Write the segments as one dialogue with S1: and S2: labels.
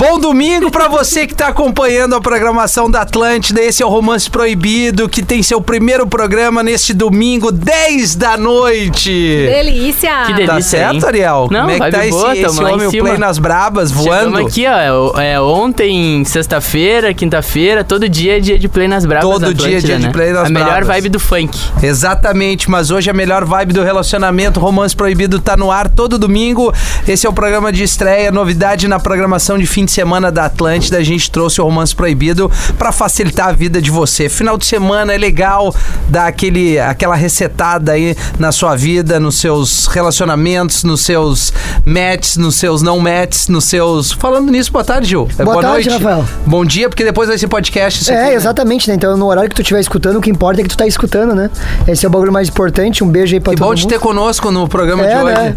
S1: Bom domingo pra você que tá acompanhando a programação da Atlântida. Esse é o Romance Proibido, que tem seu primeiro programa neste domingo, 10 da noite.
S2: Delícia!
S3: Que delícia.
S1: Tá certo,
S3: hein?
S1: Ariel?
S3: Não,
S1: Como é que
S3: vibe
S1: tá
S3: boa,
S1: esse, esse
S3: tamo lá em
S1: homem, o
S3: cima.
S1: play nas brabas, voando?
S3: Chegamos aqui, ó. É, é ontem, sexta-feira, quinta-feira, todo dia é dia de play nas bravas.
S1: Todo
S3: da
S1: dia é
S3: Atlântida,
S1: dia de
S3: né?
S1: play nas
S3: A melhor
S1: bravas.
S3: vibe do funk.
S1: Exatamente, mas hoje a melhor vibe do relacionamento, Romance Proibido tá no ar todo domingo. Esse é o programa de estreia, novidade na programação de fim de semana da Atlântida. A gente trouxe o Romance Proibido pra facilitar a vida de você. Final de semana é legal dar aquele, aquela recetada aí na sua vida, nos seus relacionamentos, nos seus matches, nos seus não matches, nos seus. Falando nisso, boa tarde, Gil. É,
S4: Boa tarde, Rafael.
S1: Bom dia, porque depois vai ser podcast. Isso aqui,
S4: É,
S1: né?
S4: exatamente, né? Então, no horário que tu estiver escutando, o que importa é que tu tá escutando, né? Esse é o bagulho mais importante. Um beijo aí pra
S1: Que
S4: todo
S1: bom
S4: mundo.
S1: de ter conosco no programa
S4: É,
S1: de hoje.
S4: né?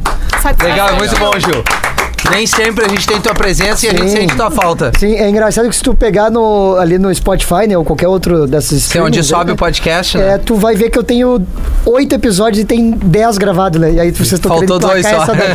S1: Legal, é muito bom, Gil. Nem sempre a gente tem tua presença e a gente
S4: Sim.
S1: sente tua falta.
S4: Sim, é engraçado que se tu pegar no, ali no Spotify, né? Ou qualquer outro dessas
S1: Que é onde sobe o podcast, né?
S4: É, tu vai ver que eu tenho oito episódios e tem dez gravados, né? E aí vocês estão
S1: Faltou
S4: querendo
S1: dois
S4: placar
S1: só.
S4: essa daí.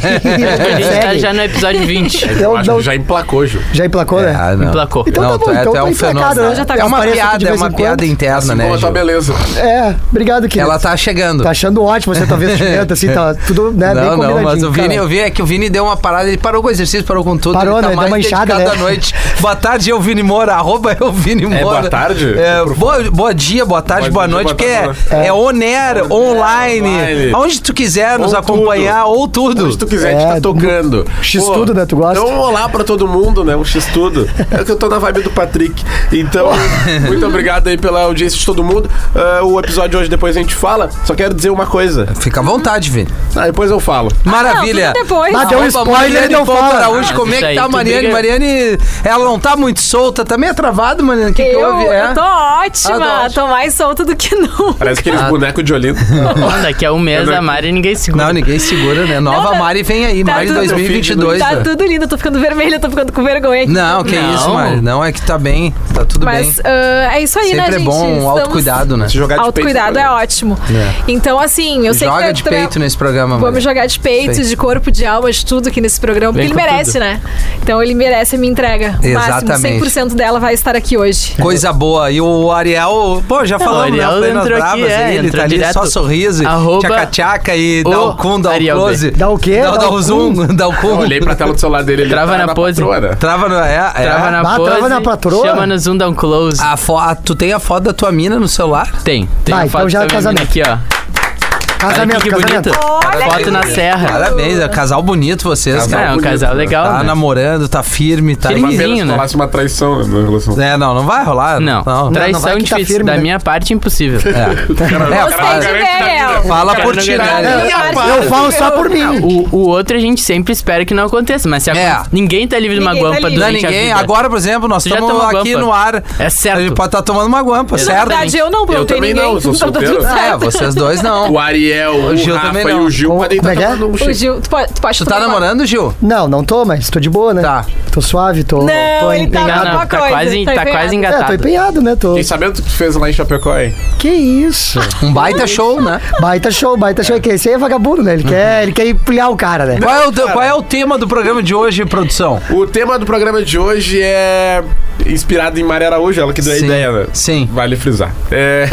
S1: É,
S3: A gente
S4: Sério?
S3: tá já no episódio 20.
S4: Eu
S5: É, Eu acho
S4: não-
S5: que já emplacou, Ju.
S4: Já emplacou, né?
S1: Ah, não.
S3: Emplacou.
S4: Então
S1: não,
S4: tá bom,
S1: tu é,
S4: então
S1: tu é
S4: tá
S1: um
S4: emplacado,
S1: fenômeno.
S4: né? Já tá
S1: é uma
S4: aparecendo de
S1: piada, é
S4: vez
S1: uma
S4: em
S1: piada
S4: quando.
S1: interna,
S5: Assim
S1: né?
S5: como a tua
S1: Gil?
S5: beleza.
S4: É, obrigado, querido.
S1: Ela tá chegando.
S4: Tá achando ótimo você tá vestimenta, assim, tá tudo, né? bem
S1: não, não,
S4: combinadinho,
S1: mas o
S4: cara.
S1: Vini, eu vi é que o Vini deu uma parada, ele parou com o exercício, parou com tudo.
S4: Parou,
S1: ele tá
S4: né? Deu
S1: mais
S4: uma inchada,
S1: dedicado
S4: né?
S1: à noite. Boa tarde, eu Vini Moura, arroba eu Vini Moura.
S5: boa tarde.
S1: É, boa, boa dia, boa tarde,
S5: Bom
S1: boa
S5: dia,
S1: noite,
S5: boa
S1: porque
S5: tarde,
S1: é, é on air, online,
S5: online.
S1: aonde tu quiser nos
S5: Ou
S1: acompanhar, ou tudo.
S5: Se tu quiser, a
S4: É,
S5: gente tá tocando.
S4: X-tudo, né? Tu gosta?
S5: Então, um olá pra todo mundo, né? Um X-Tudo. É que eu tô na vibe do Patrick. Então, muito obrigado aí pela audiência de todo mundo. Ah, o episódio de hoje depois a gente fala. Só quero dizer uma coisa.
S1: Fica à vontade, Vini.
S5: Ah, depois eu falo.
S1: Maravilha.
S2: Não, tudo depois.
S4: Ah, deu um
S1: Arroba
S4: spoiler
S1: Mariane
S4: e não
S1: Ponto
S4: fala.
S1: Araújo,
S3: Ah,
S1: como é
S3: isso
S1: que
S3: aí,
S1: tá a
S3: tu
S1: Mariane?
S3: briga-
S1: Mariane, ela não tá muito solta, tá meio travado, Mariane. O que, que
S2: Eu,
S1: houve? É?
S2: eu tô ótima,
S1: Ah, tá
S2: tô mais solta do que nunca.
S5: Parece aqueles bonecos de olhinho.
S3: Ó, Daqui a um mês a Mari ninguém segura.
S1: Não, ninguém segura, né? Nova
S2: tá-
S1: Mari vem aí,
S2: tá
S1: Mari
S2: tudo-
S1: 2022.
S2: Tá
S1: né?
S2: tudo lindo, tô ficando vermelha, tô ficando com vergonha aqui.
S1: Não, que
S3: Não.
S1: isso, Mari. Não, é que tá bem, tá tudo
S2: Mas
S1: bem.
S2: ah, é isso aí, né,
S1: Sempre é
S2: gente?
S1: bom o
S2: Estamos-
S1: autocuidado, né?
S5: Se jogar de
S2: Autocuidado é
S5: peito,
S2: ótimo. Então, assim, eu sei que
S1: Joga
S2: vai-
S1: de peito nesse programa,
S2: Vamos
S1: Mari.
S2: jogar de peito,
S1: Sei.
S2: de corpo, de alma, de tudo aqui nesse programa, porque
S3: Vem
S2: ele
S3: com
S2: merece,
S3: tudo.
S2: né? Então ele merece a minha entrega.
S1: Exatamente.
S2: Máximo 100% dela vai estar aqui hoje.
S1: Coisa boa. E o Ariel, pô, já falamos, né?
S3: Ariel
S1: O Play nas
S3: entrou aqui,
S1: Bravas,
S3: é,
S1: ele
S3: entrou
S1: tá ali
S3: direto.
S1: só sorriso,
S3: Arroba
S1: tchaca-tchaca e dá
S3: o
S1: o cum, dá o
S3: Ariel
S1: close.
S4: Dá o quê?
S1: Dá,
S4: Dá
S1: dá
S4: o
S1: o
S4: cum?
S1: zoom, dá o
S5: Eu
S1: cum.
S5: olhei pra tela do celular dele. Ele
S3: Trava
S5: tava
S3: na pose.
S5: patroa, né?
S1: Trava no... É, é. Ah,
S3: Trava na
S4: Ah,
S3: pose.
S4: trava na patroa?
S3: Chama no Zoom, dá um close.
S1: A fo- a- tu tem a foto da tua mina no celular?
S3: Tem. Tem
S4: Vai,
S3: uma
S4: então
S3: foto
S4: já é
S3: da minha
S4: casamento.
S3: mina aqui, ó.
S4: Casamento,
S3: Olha que
S4: casamento.
S3: bonito.
S2: Olha
S3: Foto
S2: que
S3: na
S2: bonito.
S3: serra.
S1: Parabéns, é casal bonito vocês,
S3: Ah,
S5: Casal
S1: cara.
S3: é um
S5: bonito,
S3: casal
S5: né?
S3: legal.
S1: Tá
S3: né?
S1: namorado, tá firme, tá
S3: Firme.
S5: Uma
S1: aí.
S5: pena se
S3: Firmezinho, né?
S5: falasse uma traição né, na relação.
S1: É, não, não vai rolar.
S3: Não,
S4: não vai
S3: traição
S4: que tá
S3: difícil.
S4: firme,
S3: Da
S4: né?
S3: minha parte, impossível.
S1: É,
S2: Gostei
S1: fala,
S2: de ver, El.
S1: fala por
S3: Não,
S1: tirar.
S3: não,
S1: né?
S4: Eu falo só por mim.
S3: O, o outro a gente sempre espera que não aconteça, mas se
S1: É.
S3: acon- ninguém tá livre de uma
S2: Ninguém tá
S3: guampa
S2: livre.
S1: Não, é
S3: durante a
S1: ninguém.
S3: vida.
S1: Agora, por exemplo, nós
S3: Tu já
S1: estamos
S3: tomou
S1: aqui
S3: guampa.
S1: no ar.
S3: É certo. É
S1: A gente pode estar tomando uma guampa,
S2: Na
S1: certo?
S2: verdade, eu não, porque
S5: Eu
S2: eu não tenho
S5: também
S2: ninguém.
S5: não, sou
S2: Então tá tudo
S5: solteiro.
S1: É,
S2: certo.
S1: vocês dois
S5: O
S1: não.
S5: Ariel, o,
S1: Gil também
S5: Rafa e
S1: não.
S5: o Gil
S4: Como
S5: podem
S4: é que é?
S5: estar tomando um
S2: O
S5: shake.
S2: Gil, tu pode, tu pode
S1: Tu tá
S2: tomar-
S1: namorando, Gil?
S4: Não, não tô, mas tô de boa, né?
S1: Tá.
S4: Tô suave, tô,
S2: Não,
S4: tô
S2: ele tá
S3: Não,
S4: empenhado.
S3: não,
S2: Alguma
S3: tá,
S2: coisa,
S3: quase,
S2: tá
S3: tá
S2: empenhado.
S3: quase
S4: É, tô
S3: engatado.
S4: empenhado, né? Tô...
S5: Fiquei sabendo o que tu fez lá em Chapecó, hein?
S4: Que isso?
S1: Um baita show, né?
S4: Baita show, baita show. É que Esse aí é vagabundo, né? Ele quer, ele quer empilhar o cara, né?
S1: Qual é, o, teu- qual é o tema do programa de hoje, produção?
S5: O tema do programa de hoje é inspirado em Maria Araújo, ela que deu
S1: Sim,
S5: a ideia, né?
S1: sim.
S5: Vale frisar. É...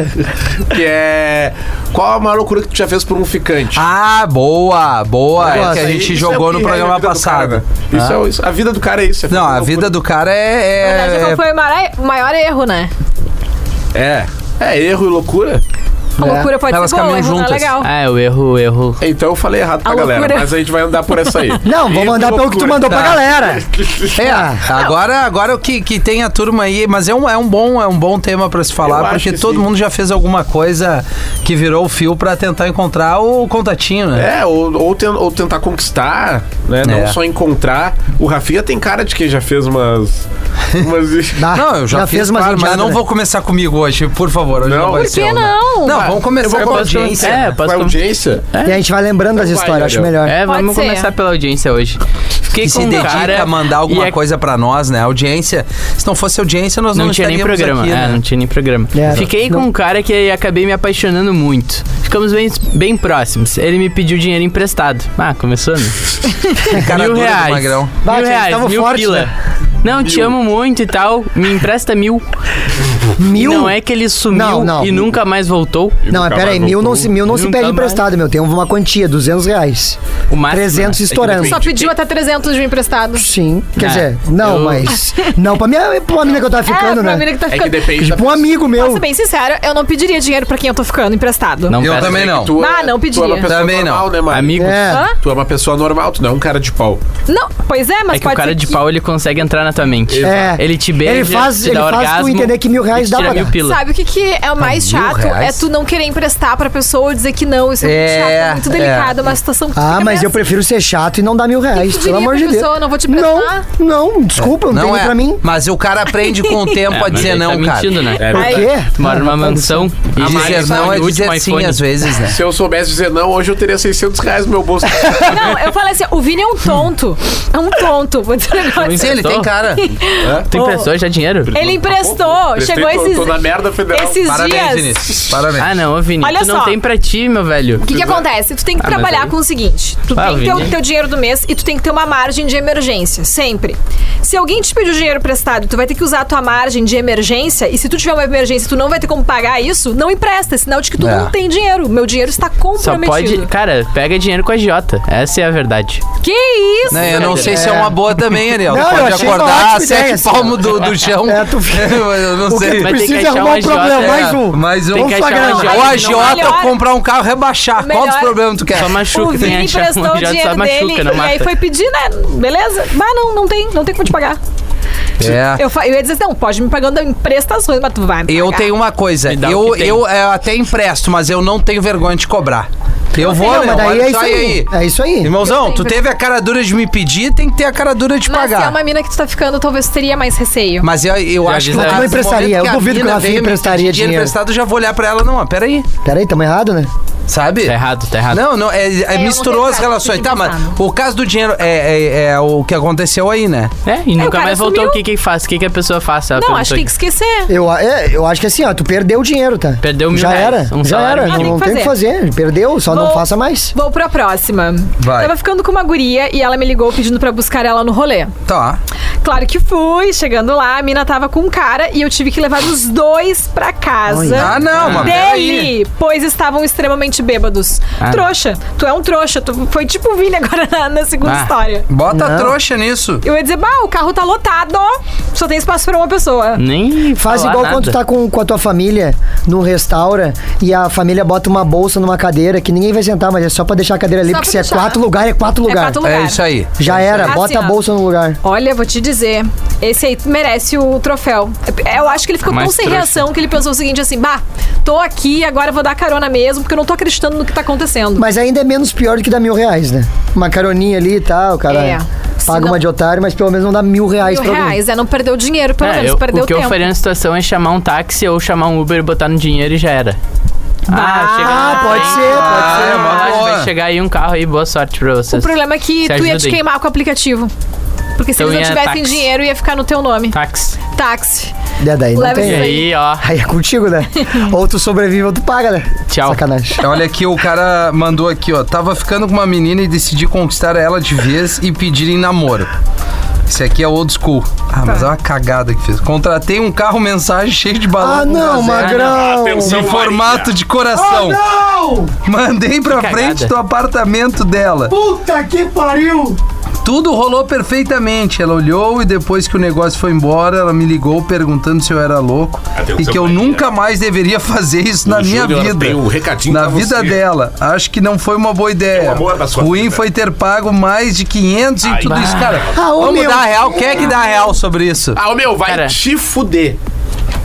S5: que é... Qual a maior loucura que tu já fez por um ficante?
S1: Ah, boa, boa. É
S4: Nossa,
S1: que a
S5: Isso
S1: gente
S5: é
S1: jogou
S5: o
S1: no
S5: que é a
S1: programa
S5: vida do
S1: passado. Tá?
S5: cara, né? Isso é o- isso- a vida do cara é isso. é
S1: Não, a
S5: loucura.
S1: vida do cara
S2: Na
S1: é.
S2: verdade,
S1: é-
S2: qual foi o maior- o maior erro, né?
S5: É. É erro e loucura?
S2: A
S4: É.
S2: loucura pode
S1: Elas
S2: ser boa, o
S1: caminham
S2: erro não é
S1: juntas.
S2: legal.
S3: Ah, o erro, o erro.
S5: Então eu falei errado pra
S2: A
S5: galera,
S2: loucura.
S5: mas a gente vai andar por essa aí.
S4: Não, vou
S5: Erro e
S4: mandar pelo que tu
S5: loucura.
S4: mandou pra
S1: Tá.
S4: galera.
S1: É,
S4: Ah,
S1: agora, agora o que, que tem a turma aí, mas é um, é um bom é um bom tema pra se
S5: Eu
S1: falar,
S5: acho
S1: porque
S5: que
S1: todo
S5: sim.
S1: mundo já fez alguma coisa que virou o fio pra tentar encontrar o contatinho, né?
S5: É, ou, ou, ten- ou tentar conquistar, né? Não
S1: É.
S5: só encontrar. O Rafinha tem cara de quem já fez umas. umas...
S4: dá.
S1: Não, eu já, fiz,
S4: umas
S1: claro, mas
S4: judiadas,
S1: não
S4: né?
S1: vou começar comigo hoje, por favor. Hoje
S5: Não?
S1: não vai
S5: Por
S1: ser
S2: que
S1: eu,
S2: não?
S1: Não, vamos começar
S5: Eu
S1: com
S5: vou
S1: a
S5: começar-
S1: audiência.
S3: É,
S5: Com a
S3: posso
S5: audiência?
S4: E a gente vai lembrando das
S5: Vai,
S4: histórias, acho
S5: Ariel.
S4: melhor.
S3: É,
S2: Pode
S3: vamos
S2: ser.
S3: começar pela audiência hoje. fiquei
S1: que se
S3: com um
S1: dedica
S3: cara
S1: a mandar
S3: e
S1: alguma
S3: é-
S1: coisa pra nós, né? Audiência. Se não fosse audiência, nós não,
S3: Não, tinha nem
S1: estaríamos
S3: programa.
S1: aqui,
S3: é,
S1: né?
S3: não tinha nem programa.
S4: É,
S3: Fiquei
S4: não-
S3: com um cara que acabei me apaixonando muito. Ficamos bem, bem próximos. Ele me pediu dinheiro emprestado. Ah, começou, né?
S1: Que cara
S3: mil
S1: dura do
S3: reais.
S1: Magrão.
S4: Bah,
S3: mil
S4: vocês
S3: reais,
S4: estavam
S3: mil
S4: forte,
S3: pila.
S4: né?
S3: Não, te amo muito e tal. Me empresta mil.
S4: Mil?
S3: Não é que ele sumiu
S4: Não, não.
S3: e nunca mais voltou.
S4: Não,
S5: Nunca
S4: mas pera aí,
S5: mais
S4: mil não,
S5: voltou.
S4: se, mil não se
S3: Nunca
S4: pede
S1: tá
S3: mais.
S4: emprestado, meu. Tem uma quantia, 200 reais.
S3: O máximo,
S4: 300
S3: né?
S4: estourando.
S2: Só pediu até 300 de um emprestado.
S4: Sim, quer
S1: É.
S3: Ah,
S4: dizer, não,
S3: eu-
S4: mas. Não, pra minha, pra mina que eu tava ficando,
S2: é, pra
S4: né?
S2: menina que tá
S5: É que
S2: ficando.
S5: depende da
S4: Tipo um amigo
S2: Pra
S4: meu.
S2: ser bem sincero, eu não pediria dinheiro pra quem eu tô ficando emprestado.
S3: Não,
S1: Eu
S3: pera.
S1: também não.
S5: Tu
S2: Ah,
S5: é-
S2: não
S5: Tu é
S2: pedia.
S5: uma pessoa
S1: Também
S5: normal,
S1: não.
S5: né, Mari?
S3: Amigo.
S4: É.
S2: Hã?
S5: Tu é uma pessoa normal, tu não é um cara de pau.
S2: Não, pois é, mas
S3: É que
S2: pode
S3: o cara
S2: ser
S3: de
S2: que-
S3: pau ele consegue entrar na tua mente.
S4: É.
S3: Ele te beija,
S4: Ele faz-
S3: te
S4: ele
S3: dá
S4: faz tu
S3: orgasmo,
S4: entender que mil reais
S3: e te
S4: dá
S3: tira
S4: pra
S3: mil
S4: dar.
S3: pila.
S2: Sabe o que, que é o mais
S1: Ah, mil
S2: chato?
S1: reais?
S2: É tu não querer emprestar pra pessoa ou dizer que não. Isso é muito
S1: É,
S2: chato, é muito delicado, é uma situação que
S4: Ah,
S2: fica
S4: mas
S2: meio assim.
S4: eu prefiro ser chato e não dar mil reais,
S2: tu
S4: pelo
S2: diria
S4: amor
S2: pra
S4: de Deus.
S2: pessoa, "Não vou te
S4: Não,
S2: emprestar"?
S4: não, desculpa, não,
S1: Não
S4: tem
S1: é.
S4: pra mim.
S1: Mas o cara aprende com o tempo
S3: É,
S1: a
S3: mas
S1: dizer
S3: ele
S1: não,
S3: tá
S1: cara.
S3: mentindo, né?
S5: É,
S4: Por
S2: Ai,
S4: quê?
S3: Tu mora numa mansão
S1: E
S3: e Mari
S1: dizer
S3: só
S1: não é
S3: no
S1: dizer
S3: último
S1: sim
S3: um iPhone.
S1: às vezes, né?
S5: Se eu soubesse dizer não, hoje eu teria 600 reais no meu bolso.
S2: Não, eu falei assim, o Vini é um tonto. É um tonto. Vou dizer um negócio.
S3: Sim,
S1: Ele tem cara.
S3: Tu emprestou já dinheiro?
S2: Ele emprestou,
S5: Tá Prestei,
S2: chegou
S5: tô-
S2: esses,
S5: Tô na merda federal.
S2: esses
S1: Parabéns,
S2: dias.
S1: Vinícius. Parabéns.
S3: Ah, não, ô Vini,
S2: Olha
S3: tu não
S2: só.
S3: tem pra ti, meu velho.
S2: O que, que acontece? Tu tem que
S3: Ah, mas
S2: trabalhar
S3: aí-
S2: com o seguinte: tu
S3: Ah,
S2: tem que ter o
S3: Vini.
S2: teu dinheiro do mês e tu tem que ter uma margem de emergência, sempre. Se alguém te pedir dinheiro prestado, tu vai ter que usar a tua margem de emergência, e se tu tiver uma emergência e tu não vai ter como pagar isso, não empresta. É sinal de que tu
S1: É.
S2: não tem dinheiro. Meu dinheiro está
S3: Só
S2: comprometido.
S3: pode... Cara, pega dinheiro com a Jota. Essa é a verdade.
S2: Que isso?
S1: Né, eu não sei se é
S4: É.
S1: uma boa também, Ariel.
S4: Não, eu
S1: Pode
S4: achei uma
S1: acordar
S4: ótima
S1: sete
S4: ideia, assim.
S1: palmos do, do chão.
S4: É, tu-
S1: eu não
S4: O que
S1: sei.
S4: tu
S3: Mas tem que
S4: precisa é
S3: achar
S4: arrumar
S3: um
S4: um problema,
S3: agiota,
S4: mais um.
S1: Mais
S3: Tem
S1: um.
S3: que
S4: Vamos
S3: achar
S4: flagrante.
S3: um
S1: Ou
S3: agiota
S1: a
S3: que não
S1: Jota
S2: melhor-
S1: comprar um carro, rebaixar. Qual
S2: melhor-
S1: dos problemas tu quer?
S3: Só
S2: O
S3: machuca, tem
S2: Vini
S3: que achar
S2: emprestou
S3: um
S2: o
S3: agiota, só
S2: dinheiro dele
S3: machuca, não
S2: e aí
S3: mata.
S2: foi pedir, né? Beleza? Mas não, não tem, não tem como te pagar.
S3: Ah.
S1: É.
S2: Eu, fa- eu ia dizer, assim, não, pode me pagando em prestações, mas tu vai. me
S1: Eu
S4: Tá.
S2: pagar.
S3: um
S1: tenho uma coisa,
S3: Me dá o
S1: eu,
S3: que tem.
S1: eu, é, até empresto, mas eu não tenho vergonha de cobrar. Eu vou,
S4: não,
S1: meu,
S4: mas daí
S1: olha
S4: é
S1: só
S4: isso aí. É isso aí.
S1: Irmãozão,
S2: Eu
S1: tu
S2: tenho
S1: teve a cara dura de me pedir, tem que ter a cara dura de
S2: Mas se é
S1: pagar.
S2: uma mina que tu tá ficando, talvez tu teria mais receio.
S1: Mas eu, eu
S3: Já
S1: acho que
S3: avisaram.
S1: no
S3: Eu não
S4: emprestaria,
S1: momento
S4: eu
S1: a
S4: duvido que o
S1: mina
S4: Rafinha
S1: veio me pedir
S4: emprestaria dinheiro.
S1: emprestado, eu já vou olhar pra ela, não, mas peraí,
S4: Peraí, tamo errado, né?
S1: sabe?
S3: Tá errado, tá errado.
S1: Não, não, é, é,
S2: eu não
S1: misturou
S2: tenho
S1: as
S2: caso,
S1: relações.
S2: tem
S1: Tá,
S2: que
S1: mas
S2: pensar,
S1: o caso do dinheiro é, é- é o que aconteceu aí, né?
S3: É, e nunca
S2: cara
S3: mais voltou.
S2: sumiu.
S3: O que que faz? O que que a pessoa faz? Ela
S2: não,
S3: perguntou
S2: acho que tem que
S3: aqui.
S2: esquecer.
S4: Eu, é, eu acho que assim, ó, tu perdeu o dinheiro, tá?
S3: Perdeu mil
S4: Já
S3: reais,
S4: era,
S3: um
S4: já
S3: salário
S4: era.
S3: mínimo.
S4: Não, não tem o que fazer. Perdeu, só não
S2: Vou-
S4: faça mais.
S2: Vou pra próxima.
S1: Vai.
S2: Tava ficando com uma guria e ela me ligou pedindo pra buscar ela no rolê.
S1: Tá.
S2: Claro que fui, chegando lá, a mina tava com um cara e eu tive que levar os dois pra casa.
S1: Ah, não, mas peraí.
S2: Dele, pois estavam extremamente bêbados.
S3: Ah.
S2: Trouxa, tu é um trouxa. Tu foi tipo o Vini agora na, na segunda
S3: Ah.
S2: história.
S1: Bota a
S4: Não.
S1: trouxa nisso.
S2: Eu ia dizer, bah, o carro tá lotado, só tem espaço pra uma pessoa.
S3: Nem
S4: Faz
S3: falar
S4: igual
S3: nada.
S4: quando tu tá com, com a tua família no restaura e a família bota uma bolsa numa cadeira que ninguém vai sentar, mas é só pra deixar a cadeira ali,
S2: Só
S4: porque
S2: pra
S4: se é
S2: deixar.
S4: quatro lugares, é quatro
S2: É
S4: lugares.
S2: quatro
S1: É
S2: lugares.
S1: isso aí.
S4: Já era,
S2: Assim,
S4: bota a
S2: ó.
S4: bolsa no lugar.
S2: Olha, vou te dizer, esse aí merece o troféu. Eu acho que ele ficou
S3: É Mais
S2: tão sem
S3: trouxa.
S2: reação que ele pensou o seguinte assim, bah, tô aqui, agora eu vou dar carona mesmo, porque eu não tô acreditando no que tá acontecendo.
S4: Mas ainda é menos pior do que dar mil reais, né? Uma caroninha ali e tal, cara.
S2: É.
S4: Paga
S2: Se não-
S4: uma de otário, mas pelo menos não dá mil reais
S2: Mil
S4: pra alguém.
S2: reais, é, não perdeu dinheiro, pelo
S3: É,
S2: menos,
S3: eu-
S2: perdeu
S3: o que eu
S2: tempo.
S3: faria na situação é chamar um táxi ou chamar um Uber, botar no dinheiro e já era.
S2: Bah.
S4: Ah, pode ser, pode
S1: Ah,
S4: ser.
S1: é uma boa.
S3: Vai chegar aí um carro aí, boa sorte pra vocês.
S2: O problema é que
S3: Se
S2: tu ia te
S3: ajudem.
S2: queimar com o aplicativo. Porque se
S3: Então
S2: eles
S3: ia
S2: não
S3: táxi.
S2: tivessem
S3: Tá.
S2: dinheiro, ia ficar no teu nome.
S3: Táxi.
S2: Táxi.
S4: É, daí não
S2: Leva
S4: tem.
S3: E
S2: isso
S4: né?
S3: aí, ó.
S4: Aí é contigo, né? ou tu sobrevive ou tu paga, né?
S3: Tchau.
S4: Sacanagem.
S1: Olha aqui, o cara mandou aqui, ó. Tava ficando com uma menina e decidi conquistar ela de vez e pedir em namoro. Esse aqui é old school. Ah,
S4: Tá.
S1: mas é uma cagada que fez. Contratei um carro mensagem cheio de balão.
S4: Ah, não,
S3: né? Ah,
S4: magrão! Ah,
S1: Em formato de coração.
S4: Não!
S1: Mandei pra
S3: Que
S1: frente
S3: cagada.
S1: do apartamento dela.
S4: Puta Tá que pariu!
S1: Tudo rolou perfeitamente. Ela olhou e depois que o negócio foi embora, ela me ligou perguntando se eu era louco
S5: Atenção,
S1: e que eu
S5: Maria.
S1: nunca mais deveria fazer isso na
S5: né? O
S1: minha
S5: Júnior
S1: vida.
S5: tem um recadinho
S1: na
S5: pra
S1: vida
S5: você.
S1: dela. Acho que não foi uma boa ideia.
S5: É o amor da sua
S1: Ruim
S5: vida.
S1: foi ter pago mais de 500 e tudo isso, cara.
S4: Ah, ô,
S1: Vamos
S4: meu.
S1: dar a real. Quem é que dá a real sobre isso?
S5: Ah, ô meu, vai
S3: Cara.
S5: te fuder.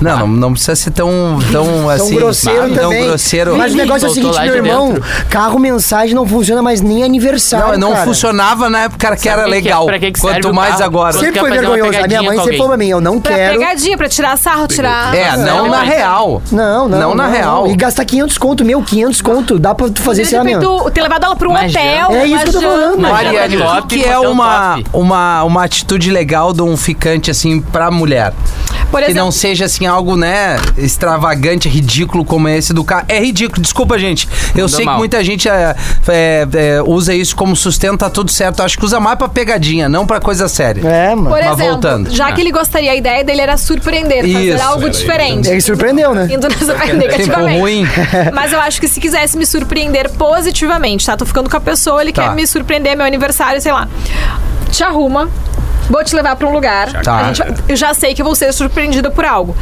S1: Não, não, não precisa ser tão, tão
S4: Tão
S1: assim.
S4: grosseiro
S1: tão
S4: também.
S1: grosseiro.
S4: Mas o negócio é o
S3: Voltou
S4: seguinte,
S3: lá
S4: meu
S3: de
S4: irmão,
S3: dentro.
S4: carro mensagem não funciona mais nem aniversário,
S1: Não, não
S4: cara.
S1: funcionava na época que era
S3: o que que é?
S1: legal.
S3: Pra que que serve
S1: Quanto
S3: o
S1: mais
S3: carro?
S1: agora.
S3: Você
S4: Sempre
S3: quer
S4: foi
S3: fazer uma
S4: vergonhosa. A minha
S3: pegadinha
S4: mãe
S3: com
S4: sempre
S3: alguém.
S4: falou pra mim, eu não
S2: Pra
S4: quero.
S2: pegadinha, pra tirar sarro, tirar.
S1: É, não na real.
S4: Não, não.
S1: Não na real.
S4: E gastar 500 conto, meu, 500 conto, dá pra tu fazer, sei lá,
S2: Depende
S4: meu.
S2: do- ter levado ela pra um
S3: Mas
S2: hotel.
S4: já- É isso que eu tô
S2: uma
S4: falando.
S2: janta.
S3: Mas
S1: Mariane,
S3: já tá
S1: o
S3: top,
S1: que é
S3: hotel
S1: uma,
S3: top.
S1: uma, uma atitude legal de um ficante, assim, pra mulher?
S2: Por
S1: que
S2: exemplo,
S1: não seja, assim, algo, né, extravagante, ridículo como esse do carro. É ridículo, desculpa, gente. Eu sei que
S3: mal.
S1: muita gente é, é, é, usa isso como sustento, tá tudo certo. Acho que usa mais pra pegadinha, não pra coisa séria. Tipo,
S4: É, mano.
S2: por
S1: Mas
S2: exemplo
S1: voltando.
S2: já que ele gostaria, a ideia dele era surpreender, fazer
S1: Isso.
S2: algo diferente.
S4: Ele surpreendeu, né?
S2: Indo nessa parte negativamente.
S1: Tempo ruim.
S2: Mas eu acho que se quisesse me surpreender positivamente, tá? Tô ficando com a pessoa, ele
S1: Tá.
S2: quer me surpreender, meu aniversário, sei lá. Te arruma, vou te levar pra um lugar.
S1: Tá.
S2: A gente vai- eu já sei que eu vou ser surpreendida por algo.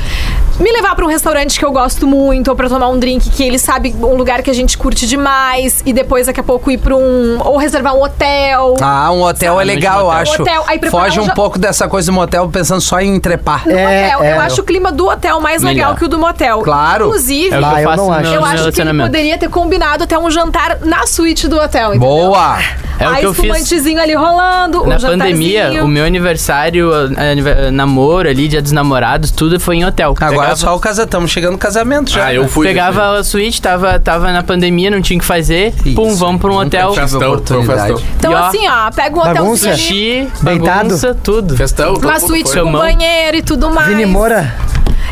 S2: Me levar pra um restaurante que eu gosto muito, ou pra tomar um drink que ele sabe, um lugar que a gente curte demais, e depois daqui a pouco ir pra um. ou reservar um hotel.
S1: Ah, um hotel é
S3: Sabe,
S1: legal,
S3: um
S1: eu
S3: hotel.
S1: acho.
S2: Hotel, aí preparar
S1: Foge
S2: um
S1: um
S2: ja-
S1: pouco dessa coisa do motel pensando só em trepar.
S2: No
S4: É,
S2: hotel.
S4: é,
S2: eu acho o clima do hotel mais legal
S3: Melhor.
S2: que o do motel.
S1: Claro.
S2: Inclusive,
S3: É o que
S4: Ah, eu
S3: eu
S4: não
S3: faço no
S4: acho.
S2: eu
S3: meu
S2: acho que ele
S3: relacionamento.
S2: poderia ter combinado até um jantar na suíte do hotel. entendeu?
S1: Boa!
S3: É o
S2: Aí
S3: que eu fiz.
S2: espumantezinho ali rolando,
S3: Na
S2: um
S3: pandemia,
S2: jantarzinho.
S3: o meu aniversário, a- anive- namoro ali, dia dos namorados, tudo foi em hotel.
S1: Agora
S3: Pegava-
S1: é só o casamento, estamos chegando no casamento já.
S5: Ah, eu fui.
S3: Pegava a suíte, tava, tava na pandemia, não tinha o que fazer.
S1: Isso.
S3: Pum, vamos pra um hotel.
S1: tive
S5: Festão,
S1: oportunidade.
S5: foi um festão.
S2: Então
S3: E ó,
S2: assim, ó, pega um
S4: bagunça.
S2: hotelzinho ali,
S3: Sushi,
S4: Deitado.
S3: bagunça, tudo.
S5: Festão? todo
S2: uma
S5: mundo
S2: suíte
S5: foi.
S2: com
S3: Chamão.
S2: banheiro e tudo mais.
S4: Vini Moura,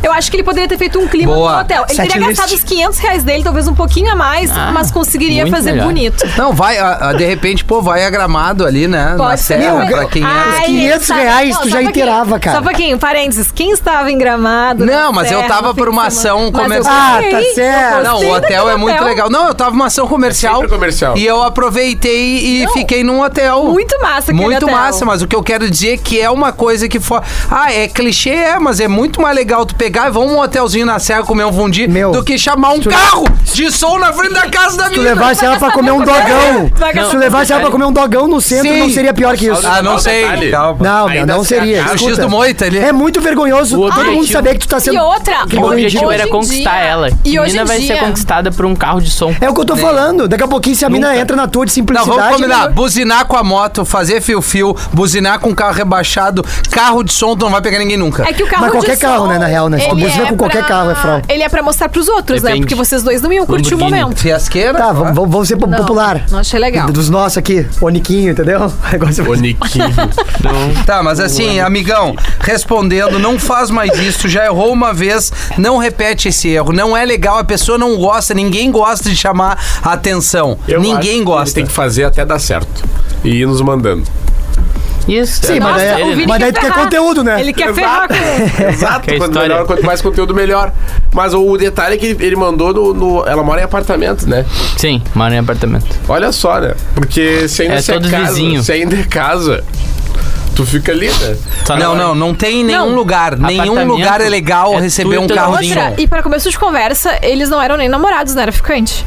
S2: Eu acho que ele poderia ter feito um clima
S1: Boa.
S2: no hotel. Ele teria
S4: Setlist.
S2: gastado os 500 reais dele, talvez um pouquinho a mais, mas conseguiria
S3: Ah, muito
S2: fazer
S3: melhor.
S2: bonito.
S1: Não, vai, a- a- de repente, pô, vai a gramado ali, né? na
S2: Pode ser.
S1: serra,
S4: Meu,
S1: pra quem é.
S2: Ai, tá-
S4: Os 500 reais tu
S2: só
S4: já
S2: um pouquinho,
S4: inteirava, cara.
S2: Só um pouquinho, parênteses. Quem estava em Gramado? né,
S1: Não,
S2: na
S1: mas eu
S2: serra,
S1: tava
S2: no fim
S1: por
S2: de
S1: uma
S2: semana?
S1: ação
S2: Mas eu
S1: comercial.
S4: Ah, tá
S2: gostei,
S4: certo.
S2: eu
S1: Não, o
S2: gostei
S1: hotel é
S2: daquele
S1: muito
S2: hotel.
S1: legal. Não, eu tava numa ação comercial.
S5: sempre comercial.
S1: E eu aproveitei e
S2: Não,
S1: fiquei num hotel.
S2: muito massa aquele
S1: Muito
S2: hotel.
S1: massa, mas o que eu quero dizer é que é uma coisa que for. Ah, é clichê, é, mas é muito mais legal tu pegar e vamos um hotelzinho na serra comer um fundi
S4: Meu,
S1: do que chamar um carro de som na frente da casa da
S4: tu
S1: minha.
S4: levasse ela pra comer um dogão.
S2: Vai gastar
S4: Se tu levasse ela pra comer um dogão no centro,
S1: Sim.
S4: não seria pior que isso.
S1: Ah, não sei.
S5: Detalhe.
S1: Calma.
S4: Não, meu,
S5: Ainda
S4: não
S5: se
S4: seria.
S5: acharam.
S1: O X
S4: Escuta,
S1: do Moita ali.
S4: É muito vergonhoso
S3: O
S4: todo mundo
S3: objetivo-
S4: saber que tu tá sendo...
S2: E outra,
S4: Que
S3: O
S4: hoje em
S3: objetivo
S4: dia-
S3: era
S2: em
S3: conquistar
S2: dia-
S3: ela.
S2: e
S3: a
S2: hoje
S3: menina
S2: em
S3: vai ser
S2: dia-
S3: conquistada por um carro de som.
S4: É o que eu tô falando. Daqui a pouquinho, se a mina entra na tua de
S1: Não,
S4: simplicidade...
S1: vamos combinar. Buzinar com a moto, fazer fio-fio, buzinar com o carro rebaixado, carro de som, tu não vai pegar ninguém nunca.
S2: É que o carro
S4: Mas qualquer
S2: de
S4: carro,
S2: som,
S4: né, na real, né? Se tu
S2: ele
S4: buzina com qualquer carro, é fraude.
S2: Ele é pra mostrar pros outros, né?
S3: Depende.
S2: Porque vocês dois não iam curtir o
S3: Lamborghini.
S2: momento.
S1: Fiasqueira?
S4: Tá, vamos, vamos- vamos ser po-
S2: Não,
S4: popular.
S2: Não achei legal.
S4: Dos nossos aqui, Oniquinho, entendeu? Negócio
S5: Ô, Niquinho.
S1: Tá, mas assim, amigão, respondendo, não faz mais isso, já errou uma vez, não repete esse erro. Não é legal, a pessoa não gosta, ninguém gosta de chamar a atenção.
S5: Eu acho que
S1: ninguém
S5: ele
S1: gosta.
S5: Tem que fazer até dar certo. E ir nos mandando.
S3: Isso.
S4: Sim, mas
S2: Nossa,
S4: daí,
S2: é, o Vini
S4: mas
S2: quer
S4: daí tu quer
S2: ferrar.
S4: conteúdo, né?
S2: Ele quer ferrar com
S5: Exato,
S3: Que é a
S5: quanto,
S3: história-
S5: melhor, quanto mais conteúdo, melhor. Mas o detalhe é que ele mandou no. no- ela mora em apartamento, né?
S3: Sim, mora em apartamento.
S5: Olha só, né? Porque se ainda
S3: É
S5: se é
S3: todos
S5: casa,
S3: vizinhos.
S5: se ainda é casa, tu fica ali, né?
S3: Só
S1: Não, não, não tem nenhum
S2: Não.
S1: lugar. Nenhum
S3: Apartamento
S1: lugar é legal
S3: é
S1: receber um
S3: tudo
S1: carro de
S2: outra.
S1: som.
S5: Tá
S3: igualzinho.
S2: E pra começo de conversa, eles não eram nem namorados, né? Era ficante.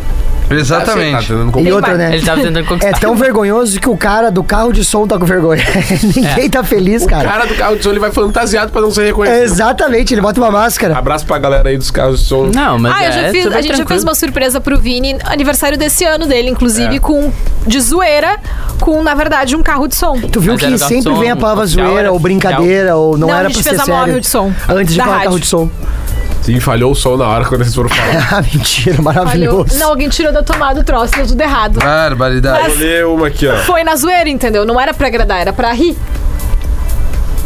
S5: Tá
S1: Exatamente.
S5: tentando
S4: E
S5: comprar.
S4: outra, né?
S2: tá
S3: Ele tava tentando
S4: É
S3: conquistar.
S4: tão vergonhoso que o cara do carro de som tá com vergonha. Ninguém tá feliz,
S5: O
S4: cara.
S5: cara do carro de som ele vai fantasiado pra não
S4: É,
S5: ser reconhecido.
S4: Exatamente, ele bota uma máscara.
S5: Abraço pra galera aí dos carros de som.
S3: Não, mas
S2: ah, eu já
S3: é
S2: fiz,
S3: super
S2: a gente já
S3: tranquilo.
S2: fez uma surpresa pro Vini, aniversário desse ano dele,
S4: É.
S2: inclusive, com de zoeira, com, na verdade, um carro de som.
S4: Tu viu
S3: Mas
S4: que
S3: era
S4: sempre
S3: garçom,
S4: vem a palavra
S3: oficial,
S4: zoeira
S3: era
S4: ou brincadeira ou não,
S2: Não,
S4: era
S2: a gente
S4: pra ser
S2: fez a
S4: sério.
S2: móvel de som
S4: Antes de
S2: da
S4: falar
S2: rádio.
S4: carro de som.
S5: Sim, falhou o som na hora quando eles foram falar.
S4: Ah, mentira,
S2: Olha,
S4: maravilhoso.
S2: não, alguém tirou da tomada o troço, deu tudo errado.
S1: Barbaridade.
S5: Vou ler uma aqui, ó.
S2: Foi na zoeira, entendeu? Não era pra agradar, era pra rir.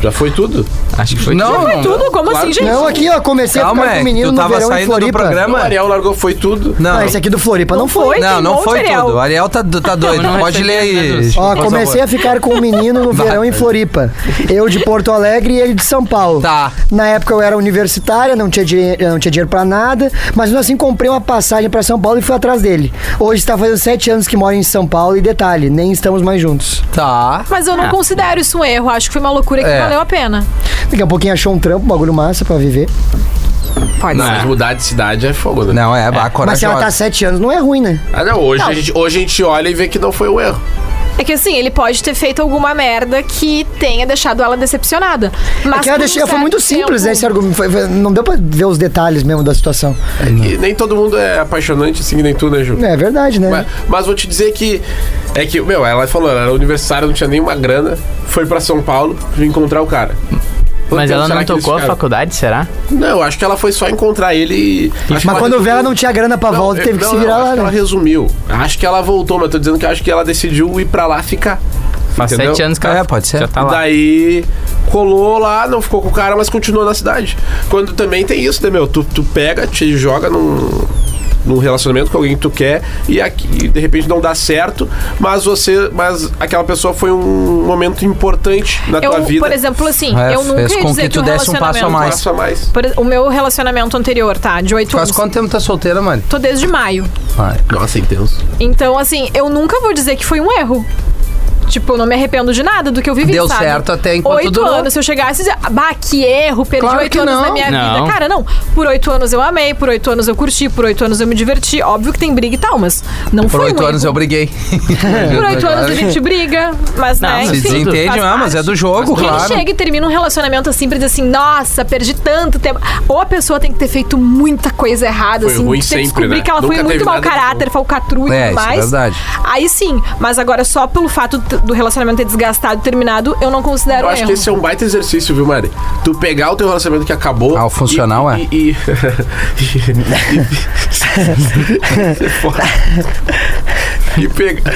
S5: Já foi tudo?
S3: Acho que foi
S1: Não,
S2: Foi
S1: não.
S2: tudo? Como
S5: Claro
S2: assim,
S5: que
S2: gente?
S4: Não, aqui, ó, comecei a
S1: Calma,
S4: ficar
S1: é.
S4: com o
S1: que
S4: menino
S1: Tu
S4: no
S1: tava
S4: verão em
S1: saindo do
S4: Floripa.
S5: O
S1: programa.
S5: Ariel É, largou, foi tudo.
S4: Não,
S1: Não,
S4: esse aqui do Floripa não,
S2: Não
S4: foi.
S2: foi?
S1: não,
S2: tem
S1: não
S2: um
S1: foi
S2: monte, Ariel.
S1: tudo. O Ariel tá, tá doido.
S3: Não, não
S1: Pode
S3: recebi
S1: ler
S3: nada
S1: aí.
S3: disso.
S4: Ó,
S1: por
S4: comecei a
S1: favor.
S4: ficar com o menino no verão em Floripa. Eu de Porto Alegre e ele de São Paulo.
S1: Tá.
S4: Na época eu era universitária, não tinha, dinhe- eu não tinha dinheiro pra nada, mas mesmo assim comprei uma passagem pra São Paulo e fui atrás dele. Hoje está fazendo sete anos que mora em São Paulo e detalhe, nem estamos mais juntos.
S1: Tá.
S2: Mas
S4: É.
S2: eu não considero isso um erro, acho que foi uma loucura que
S1: É.
S2: valeu a pena.
S4: Daqui a pouquinho achou um trampo, um bagulho massa pra viver.
S1: Pode
S5: Não, mas mudar de cidade é fogo, né?
S1: Não, é, é.
S4: Mas se ela tá
S1: corajosa.
S4: sete anos, não é ruim, né?
S5: Ah, não, hoje, A gente, hoje a gente olha e vê que não foi um erro.
S2: É que assim, ele pode ter feito alguma merda que tenha deixado ela decepcionada. Mas
S4: É que ela
S2: por um
S4: deixou, foi
S2: certo
S4: muito simples né,
S2: tempo-
S4: esse argumento. Foi- foi- não deu pra ver os detalhes mesmo da situação.
S5: E nem todo mundo é apaixonante assim, que nem tu, né, Ju?
S4: É verdade, né?
S5: Mas, mas vou te dizer que. É que, meu, ela falou, ela era universitária, não tinha nenhuma grana, foi pra São Paulo vir encontrar o cara. Quanto
S3: Mas
S5: tempo
S3: ela
S5: será
S3: não
S5: que eles
S3: tocou a
S5: ficaram?
S3: faculdade, será?
S5: Não, eu acho que ela foi só encontrar ele e. acho que
S4: Mas
S5: ela
S4: quando vê, ela
S5: resolveu-
S4: não tinha grana pra volta,
S5: eu-
S4: teve que
S5: não,
S4: se
S5: não,
S4: virar
S5: acho
S4: lá,
S5: que Ela tá
S4: né?
S5: resumiu. Acho que ela voltou, mas eu tô dizendo que acho que ela decidiu ir pra lá ficar.
S3: Faz
S5: Entendeu?
S3: sete anos que ela
S1: É, pode ser.
S3: já tá
S5: E
S3: lá.
S5: Daí colou lá, não ficou com o cara, mas continuou na cidade. Quando também tem isso, né, meu? Tu, tu pega, te joga num, num relacionamento com alguém que tu quer e aqui, de repente não dá certo, mas você. Mas aquela pessoa foi um momento importante na
S2: Eu,
S5: tua vida.
S2: por exemplo, assim,
S1: É,
S2: eu nunca
S1: fez
S2: ia
S1: com
S2: dizer
S1: que
S2: que,
S1: tu
S2: o
S1: desse um
S2: relacionamento...
S1: passo a mais.
S5: Passa mais.
S2: Por ex- o meu relacionamento anterior, tá? De oito
S1: Faz
S2: anos.
S1: quanto tempo tá solteira, mano?
S2: Tô desde maio.
S1: Vai.
S5: Nossa, intenso.
S2: Então, assim, eu nunca vou dizer que foi um erro. Tipo, eu não me arrependo de nada do que eu vivi,
S1: Deu
S2: sabe?
S1: certo até enquanto
S2: Oito
S1: durou.
S2: anos, se eu chegasse e dizer, bah, que erro, perdi
S1: Claro que
S2: oito anos
S1: não.
S2: da minha
S3: Não.
S2: vida. Cara, não. Por oito anos eu amei, por oito anos eu curti, por oito anos eu me diverti. Óbvio que tem briga e tal, mas não
S1: Por
S2: foi
S1: oito
S2: um
S1: anos eu
S2: erro.
S1: briguei. É
S2: Por oito anos a gente briga, mas
S3: Não,
S2: né,
S3: se
S1: Se
S2: enfim,
S1: desentende,
S2: faz
S1: ah, mas é
S2: parte.
S1: do jogo,
S2: Quem
S1: claro.
S2: chega e termina um relacionamento assim pra dizer assim, nossa, perdi tanto tempo. Ou a pessoa tem que ter feito muita coisa errada,
S5: Foi
S2: assim,
S5: ruim
S2: você
S5: sempre,
S2: descobrir
S5: né?
S2: que ela
S5: Nunca
S2: foi
S5: teve
S2: muito mau
S5: nada
S2: caráter, falcatrua e
S1: É, isso é
S2: tudo mais.
S1: verdade.
S2: Aí sim, mas agora só pelo fato t- do relacionamento ter desgastado e terminado, eu não considero
S5: Eu acho
S2: erro.
S5: que esse é um baita exercício, viu, Mari? Tu pegar o teu relacionamento que acabou.
S1: Ah, o funcional
S5: e, E. e- e- e pegar.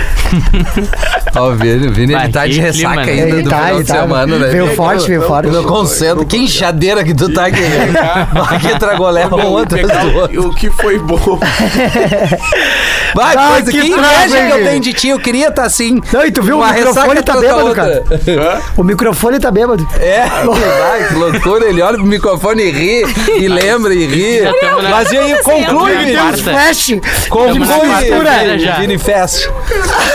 S1: Ó, o Vini, o Vini ele
S3: Vai,
S1: tá de
S3: que
S1: ressaca
S3: clima, né?
S1: ainda
S4: Ele
S1: do
S4: tá,
S1: final
S4: ele
S1: de
S4: tá.
S1: semana, né?
S4: Veio
S1: Ele-
S4: forte, veio forte.
S1: Eu não concentro. Que enxadeira que tu tá aqui. Vai que tragolé um
S5: Não,
S1: outro
S5: pegar
S1: do
S5: o-
S1: outro.
S5: O que foi bom.
S1: Vai,
S4: Ah,
S1: coisa, que
S4: que
S1: inveja
S4: trago,
S1: que eu
S4: hein,
S1: tenho de ti. Eu queria estar assim.
S4: Não, e tu viu? O
S1: Uma
S4: microfone
S1: ressaca
S4: tá
S1: atrás da
S4: bêbado,
S1: outra.
S4: cara. O microfone tá bêbado.
S1: É, vai, que loucura. Ele olha pro microfone e ri, e lembra e ri.
S3: tamo na-
S1: Mas e aí, conclui,
S3: Tamo na
S1: Vini.
S3: quarta.
S4: Flash!
S1: Conclui,
S3: quarta-feira já.
S5: tá.
S1: Vini Fest.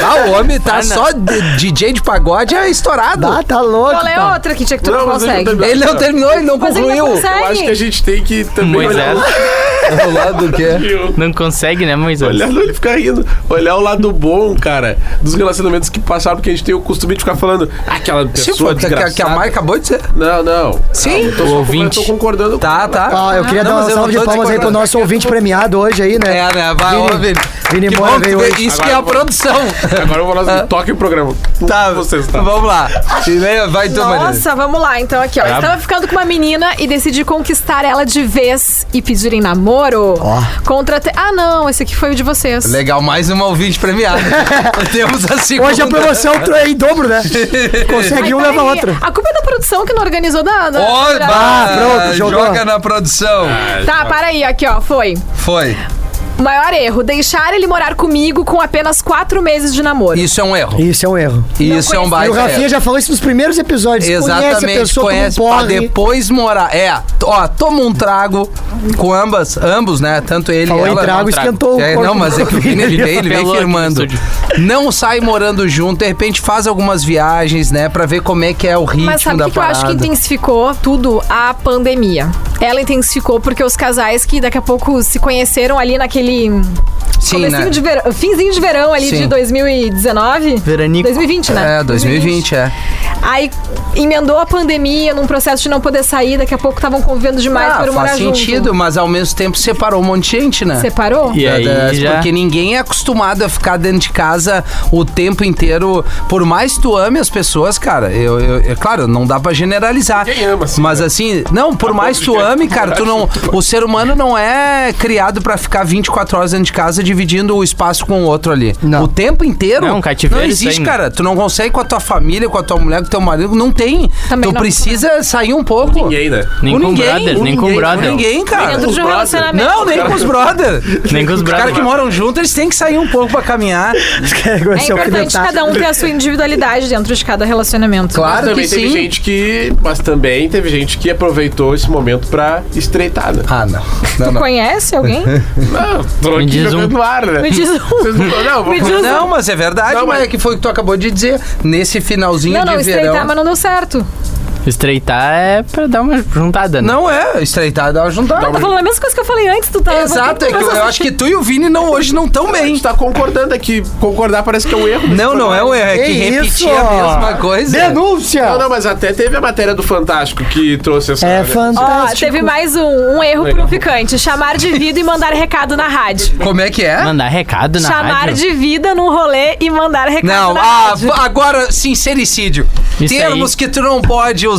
S1: Ah, o homem tá
S3: Ah, não.
S1: só de- DJ de pagode é estourado.
S4: Ah, tá louco.
S2: Qual é
S4: pá.
S2: outra que tinha que tu não,
S5: Não, mas eu
S2: consegue?
S5: também-
S1: Ele não terminou, ele não
S2: Mas ele
S1: concluiu.
S2: não consegue.
S5: Eu acho que a gente tem que também
S3: Moisés.
S5: olhar, o-
S1: Do lado do quê?
S3: Não consegue, né, Moisés?
S5: olhar não, ele ficar rindo. Olhar o lado bom, cara, dos relacionamentos que passaram, porque a gente tem o costume de ficar falando "Ah, aquela
S1: Se
S5: pessoa
S1: for, Tipo, que, a- que a
S5: desgraçada."
S1: Mari acabou de dizer.
S5: Não, não.
S1: Sim.
S5: Eu tô, só-
S3: ouvinte.
S5: eu tô concordando
S1: Tá, tá.
S4: Ah, eu queria
S1: Não,
S4: dar
S1: mas
S4: uma
S1: eu
S4: salva
S1: não
S4: de
S1: tô
S4: palmas aí pro
S1: discordando.
S4: nosso ouvinte premiado hoje aí, né?
S1: É, né? Vai,
S4: Vini.
S1: ô, Vini.
S4: Vini
S1: Que
S4: Moura
S1: bom que
S4: veio
S1: tu-
S4: hoje.
S1: Isso
S5: Agora
S1: que é a
S5: eu vou-
S1: produção.
S5: Agora eu vou lá, toque o programa.
S1: Ah. Tá,
S5: vocês,
S1: vamos
S5: tá?
S1: lá. E daí Vai Tá. tu, Maria.
S2: Nossa, vamos lá. Então, aqui, ó. Eu Estava ficando com uma menina e decidi conquistar ela de vez e pedir em namoro.
S4: Ó.
S2: Contratei. Ah, não, esse aqui foi o de vocês.
S1: Legal, mais uma ouvinte premiada. Temos a segunda.
S4: Hoje a promoção é em dobro, né? Consegue um,
S2: Mas
S4: leva
S2: peraí,
S4: outro.
S2: A culpa é da produção que não organizou nada.
S1: Oba!
S4: Ah, pronto, jogou.
S1: Joga na produção.
S2: Tá, para aí, aqui, ó. Foi.
S1: Foi.
S2: O maior erro: deixar ele morar comigo com apenas quatro meses de namoro.
S1: Isso é um erro.
S4: Isso é um erro.
S1: Isso é um
S4: E
S2: conheço.
S4: o
S1: baita
S4: Rafinha
S1: erro.
S4: já falou isso nos primeiros episódios. conhece a
S1: Exatamente,
S4: pessoa,
S1: conhece
S4: como
S1: pra
S4: um porre.
S1: depois morar. É, ó, toma um trago com ambas, ambos, né? Tanto ele
S4: Falou
S1: e
S4: em
S1: ela.
S4: trago,
S1: não,
S4: esquentou o
S1: É,
S4: corpo
S1: não, mas
S4: do
S1: é que o Vini ele vem, ele vem
S3: Pelou aqui no
S1: firmando.
S3: estúdio.
S1: Não sai morando junto, de repente faz algumas viagens, né? Pra ver como é que é o ritmo
S2: Mas sabe o
S1: da
S2: que, que eu
S1: parada.
S2: acho que intensificou tudo? A pandemia. Ela intensificou porque os casais que daqui a pouco se conheceram ali naquele
S1: Sim,
S2: comecinho
S1: né?
S2: de verão, finzinho de verão ali
S1: Sim.
S2: de 2019.
S3: Veranico.
S2: 2020, né?
S1: É, 2020, é.
S2: Aí emendou a pandemia num processo de não poder sair, daqui a pouco estavam convivendo demais
S1: Ah,
S2: para morar
S1: faz
S2: junto.
S1: sentido, mas ao mesmo tempo separou um monte de gente, né?
S2: Separou?
S3: E aí,
S1: É,
S3: já-
S1: Porque ninguém é acostumado a ficar dentro de casa o tempo inteiro. Por mais que tu ame as pessoas, cara, eu, eu- é claro, não dá pra generalizar.
S5: Ninguém ama, assim,
S1: Mas
S5: né? tá
S1: assim, não, por
S5: A
S1: mais
S5: ponto
S1: que tu
S5: de que-
S1: ame, cara, tu não. O ser humano não é criado pra ficar 24 horas dentro de casa dividindo o espaço com o outro ali.
S4: Não.
S1: O tempo inteiro.
S3: Não, cativeiro
S1: Não
S3: isso
S1: existe,
S3: aí, né?
S1: cara. Tu não consegue com a tua família, com a tua mulher, com o teu marido. Não tem.
S2: Também
S1: tu
S2: não.
S1: precisa sair um pouco.
S5: Ninguém, né?
S3: Nem
S1: Com
S3: com,
S1: ninguém,
S3: brother,
S1: com
S3: nem com
S1: ninguém,
S3: brother.
S1: com ninguém, cara.
S2: Dentro de um
S5: brother.
S2: relacionamento.
S1: ah, Não, nem com os brother.
S3: Nem com os brother.
S1: caras que moram juntos, eles têm que sair um pouco pra caminhar.
S2: É
S4: Esse o
S2: importante
S1: tá-
S4: comentário.
S2: cada um ter a sua individualidade dentro de cada relacionamento.
S1: Claro.
S5: Mas também
S1: que
S5: teve
S1: sim.
S5: gente que. Mas também teve gente que aproveitou esse momento pra estreitar, né?
S1: Ah, não.
S2: Tu
S1: Não, não.
S2: conhece alguém?
S5: Não, tô
S3: Me
S5: aqui
S3: diz
S5: jogando
S3: um.
S5: no ar, né?
S2: Me diz um.
S5: Vocês não, não, vou
S2: Me diz
S5: falar-
S2: um.
S1: Não, mas é verdade,
S5: Não,
S1: mas
S5: mas-
S1: é que foi o que tu acabou de dizer. Nesse finalzinho
S2: Não, não,
S1: de
S2: estreitar,
S1: verão.
S2: mas não deu certo.
S3: Estreitar é pra dar uma juntada, né?
S1: Não é, estreitar dá uma
S2: Ah,
S1: juntada.
S6: Tá falando a mesma coisa que eu falei antes, tu tá.
S1: Exato, é que eu, eu acho que tu e o Vini não, hoje não estão
S5: A
S1: bem.
S5: gente tá concordando aqui. Concordar parece que é um erro.
S1: Não, não é um erro, é que, repetir a mesma coisa.
S4: Denúncia!
S5: Não, não, mas até teve a matéria do Fantástico que trouxe essa.
S4: É
S5: né?
S1: tá
S2: Ó,
S4: fantástico.
S2: teve mais um, um erro
S5: Legal.
S2: purificante. Chamar de vida e mandar recado na rádio.
S1: Como é que é?
S3: Mandar recado na
S2: Chamar
S3: rádio.
S2: de vida num rolê e mandar recado
S1: Não,
S2: na
S1: ah,
S2: rádio.
S1: agora sincericídio.
S3: Isso
S1: Termos
S3: aí.
S1: que tu não pode usar.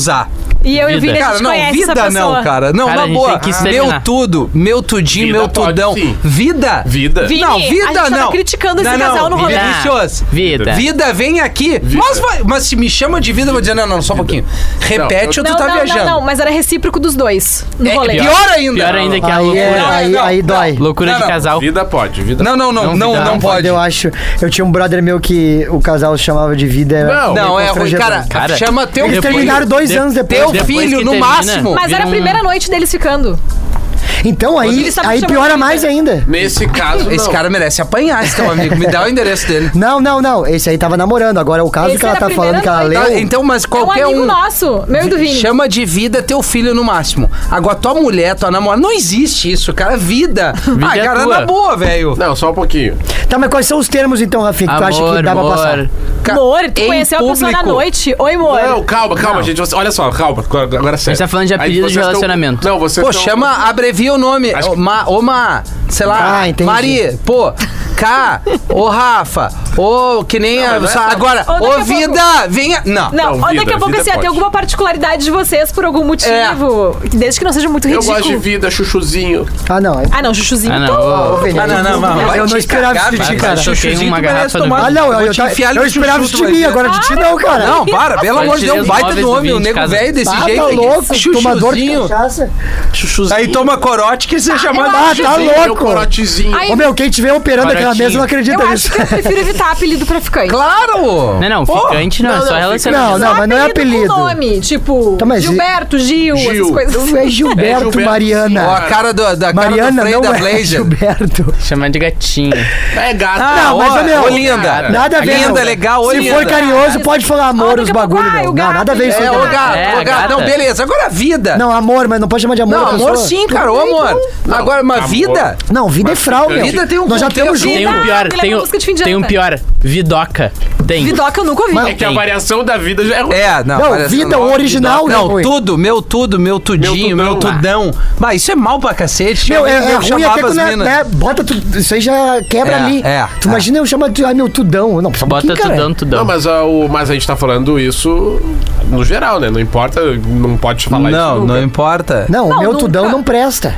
S2: E eu e o
S3: Vida.
S2: Vini, a
S1: Cara,
S2: gente
S1: não,
S2: conhece essa
S1: vida
S2: pessoa.
S1: não, cara. Não,
S3: Cara, a
S1: na
S3: gente
S1: boa.
S3: tem que
S1: meu
S3: exterminar.
S1: tudo, meu tudinho,
S5: Vida
S1: meu
S5: pode,
S1: tudão.
S5: sim.
S1: vida?
S5: Vida.
S2: Vini,
S1: não,
S2: a
S1: vida
S2: gente tava
S1: não.
S2: criticando esse
S1: Não, não,
S2: casal no rolê.
S1: Vinícius,
S3: Vida.
S1: Vida, vem aqui. Mas, vai- mas se me chama de vida, eu vou dizer, não, não, só um pouquinho. Repete ou
S2: Não,
S1: tu tá
S2: não,
S1: viajando.
S2: não, não, mas era recíproco dos dois no
S1: É,
S2: rolê.
S1: pior ainda.
S3: Pior ainda que a
S4: Aí, é-
S3: loucura.
S4: aí,
S1: Não,
S4: aí
S1: não.
S4: dói.
S3: Loucura
S1: Não,
S3: de
S1: não.
S3: casal.
S5: Vida pode, vida
S1: Não, não, não, não,
S3: dá,
S1: não
S3: não
S1: pode.
S4: Eu acho. Eu tinha um brother meu que o casal chamava de vida. era
S5: Não,
S4: meio
S1: Não, um é ruim,
S4: constrangedor.
S1: cara.
S3: Cara,
S1: Chama teu
S4: Eles
S3: Depois-
S4: terminaram dois
S3: de-
S4: anos depois.
S1: Teu
S4: né?
S3: Depois
S1: filho,
S3: que
S1: no
S3: termina,
S1: máximo.
S2: Mas
S3: vira
S2: era a
S3: um-
S2: primeira noite deles ficando. É um
S4: Então aí,
S2: Ele sabe
S4: aí
S2: chamar
S4: piora
S2: de
S4: mais
S2: vida.
S4: ainda.
S5: Nesse caso,
S1: Esse
S5: não.
S1: cara merece apanhar, esse teu amigo. Me dá o endereço dele.
S4: Não, não, não. Esse aí tava namorando. Agora o caso
S2: Esse
S4: que ela
S2: era a
S4: tá falando, que ela
S2: primeira
S1: Tá,
S4: leu.
S1: então, mas qualquer
S2: é um amigo
S1: um.
S2: nosso, meu e do Vini.
S1: Chama de vida teu filho no máximo. Agora, tua mulher, tua namorada. Não existe isso, cara. Vida. ah,
S3: é
S1: cara,
S3: tua.
S1: na boa, velho.
S5: Não, só um pouquinho.
S4: Tá, mas quais são os termos então, Rafinha, que tu acha
S3: Amor,
S4: que dá pra passar?
S3: amor.
S1: Ca-
S2: Amor, tu
S1: em
S2: conheceu a pessoa na
S1: público.
S2: noite. Oi, amor.
S5: Não, calma, calma, gente. Você- olha só, calma. Agora agora é sério.
S3: gente tá falando de
S5: Aí
S3: apelido de
S5: vocês tão-
S3: relacionamento.
S5: Não, você.
S1: Pô, chama, abrevia o nome.
S5: Acho
S1: Ô,
S5: que-
S1: Ma, ô, Ma, sei lá.
S4: Ah, entendi.
S1: Mari, pô, K, ô, Rafa, ô, que nem a,
S5: mas não é
S1: sabe,
S5: só-
S1: Agora,
S2: Ou daqui a
S1: ô,
S2: pouco-
S1: vida, venha. Não.
S2: Não,
S5: Não,
S2: ó,
S5: vida,
S2: daqui a pouco
S5: vida
S2: assim, ó,
S5: pode.
S2: tem alguma particularidade de vocês por
S1: É.
S2: algum motivo. Desde que não seja muito
S5: Eu
S2: ridículo.
S5: gosto de vida, chuchuzinho.
S4: Ah, não.
S2: Ah, não, chuchuzinho.
S3: Ah,
S2: então-
S3: não. ô,
S4: velho,
S1: Ah, não, não, não. vai
S4: Eu não
S1: te
S4: esperava
S1: cagar,
S4: isso de ti,
S1: vai,
S4: cara.
S1: vai,
S3: Choquei
S1: chuchuzinho,
S3: uma
S1: tu merece
S3: garrafa do
S1: tomar-
S4: Ah, não,
S1: Vou
S4: eu,
S1: te
S4: tava-
S1: enfiar ali
S4: eu
S1: no
S4: esperava
S1: chuchu,
S4: isso
S1: tu
S4: de
S1: vai
S4: mim,
S1: ver.
S4: agora de ti não, cara.
S1: Não, para, pelo
S3: Só
S1: amor de
S3: tirei
S1: Deus, um
S3: os
S1: baita
S3: móveis do
S1: nome,
S3: Vini
S1: o
S3: de
S1: nego
S3: casa.
S1: velho desse
S4: Ah,
S1: jeito.
S4: tá
S1: tem que-
S4: louco, tomador de
S1: Chuchuzinho.
S4: cachaça.
S5: Chuchuzinho.
S1: Aí toma corote que você chama
S4: Ah,
S1: de
S4: tá
S5: Meu
S4: louco.
S5: corotezinho.
S2: Ai,
S4: Ô, meu, quem estiver operando aquela
S3: Baratinho.
S4: mesa não acredita
S2: Eu
S4: nisso.
S2: acho que eu prefiro evitar apelido pra ficante.
S1: Claro!
S3: Não, não, ficante não, é só relacionamento.
S4: Não, não, mas não é apelido.
S2: Com nome, tipo
S4: Tá, mas e-
S2: Gilberto, Gil,
S5: Gil.
S2: essas coisas. assim.
S4: É Gilberto
S5: Gilberto,
S1: Ó, a
S4: Mariana.
S1: cara do, da
S4: Mariana
S1: cara do Frei
S4: não
S1: da
S4: é
S1: Blazer.
S4: Gilberto.
S3: Chamar de gatinho.
S5: É gato.
S1: Ah,
S4: Não, mas,
S1: ó,
S4: meu,
S1: ô, linda.
S5: cara,
S4: Nada a ver.
S1: Linda,
S4: não.
S1: legal, ô,
S4: Se
S1: linda.
S4: for carinhoso, pode falar
S2: Ah,
S4: amor,
S2: daqui
S4: os
S2: a pouco,
S4: bagulho.
S2: ah,
S4: meu. Não,
S2: o gato,
S4: nada a ver isso. aí
S1: É, ô
S4: também.
S1: gato,
S3: É,
S1: ô gato.
S3: gata.
S1: Não, beleza. Agora vida.
S4: Não, amor, mas não pode chamar de amor.
S1: Não,
S4: a
S1: amor
S4: pessoa.
S1: sim, cara. Ô, amor. Agora, uma
S5: Amor.
S1: vida.
S4: Não, vida é frau, meu.
S1: Vida tem um
S4: Nós já
S1: contexto.
S4: temos junto.
S3: Tem um
S2: Vida,
S3: pior,
S2: aquela
S3: tem um,
S2: música de fim de
S3: tem um
S2: ano. né?
S3: pior. Vidoca. Tem.
S2: Vidoca eu nunca ouvi.
S5: É que a variação da vida já é ruim.
S1: É, não.
S4: Não,
S1: parece
S4: vida,
S1: um nome
S4: o original,
S1: de
S4: né,
S1: Não,
S4: Rui?
S1: tudo, meu tudo, meu tudinho,
S5: Meu
S1: meu tudão.
S3: tudão.
S1: Bah, isso é mal pra cacete.
S4: Meu, é,
S1: Eu
S4: é ruim
S1: chamava
S4: até quando
S1: um as
S4: é,
S1: minas.
S4: né, bota tu, isso aí já quebra
S1: É,
S4: ali.
S1: é,
S4: tu
S1: é.
S4: imagina eu chamar de ai meu tudão. Não, só um
S3: Bota
S4: pouquinho, cara.
S3: tudão, tudão.
S5: Não, mas a, o, mas a gente tá falando isso no geral, né? Não importa, não pode falar isso.
S1: Não,
S5: nunca.
S1: não importa.
S4: Não,
S2: Não,
S4: meu
S2: nunca.
S4: tudão não presta.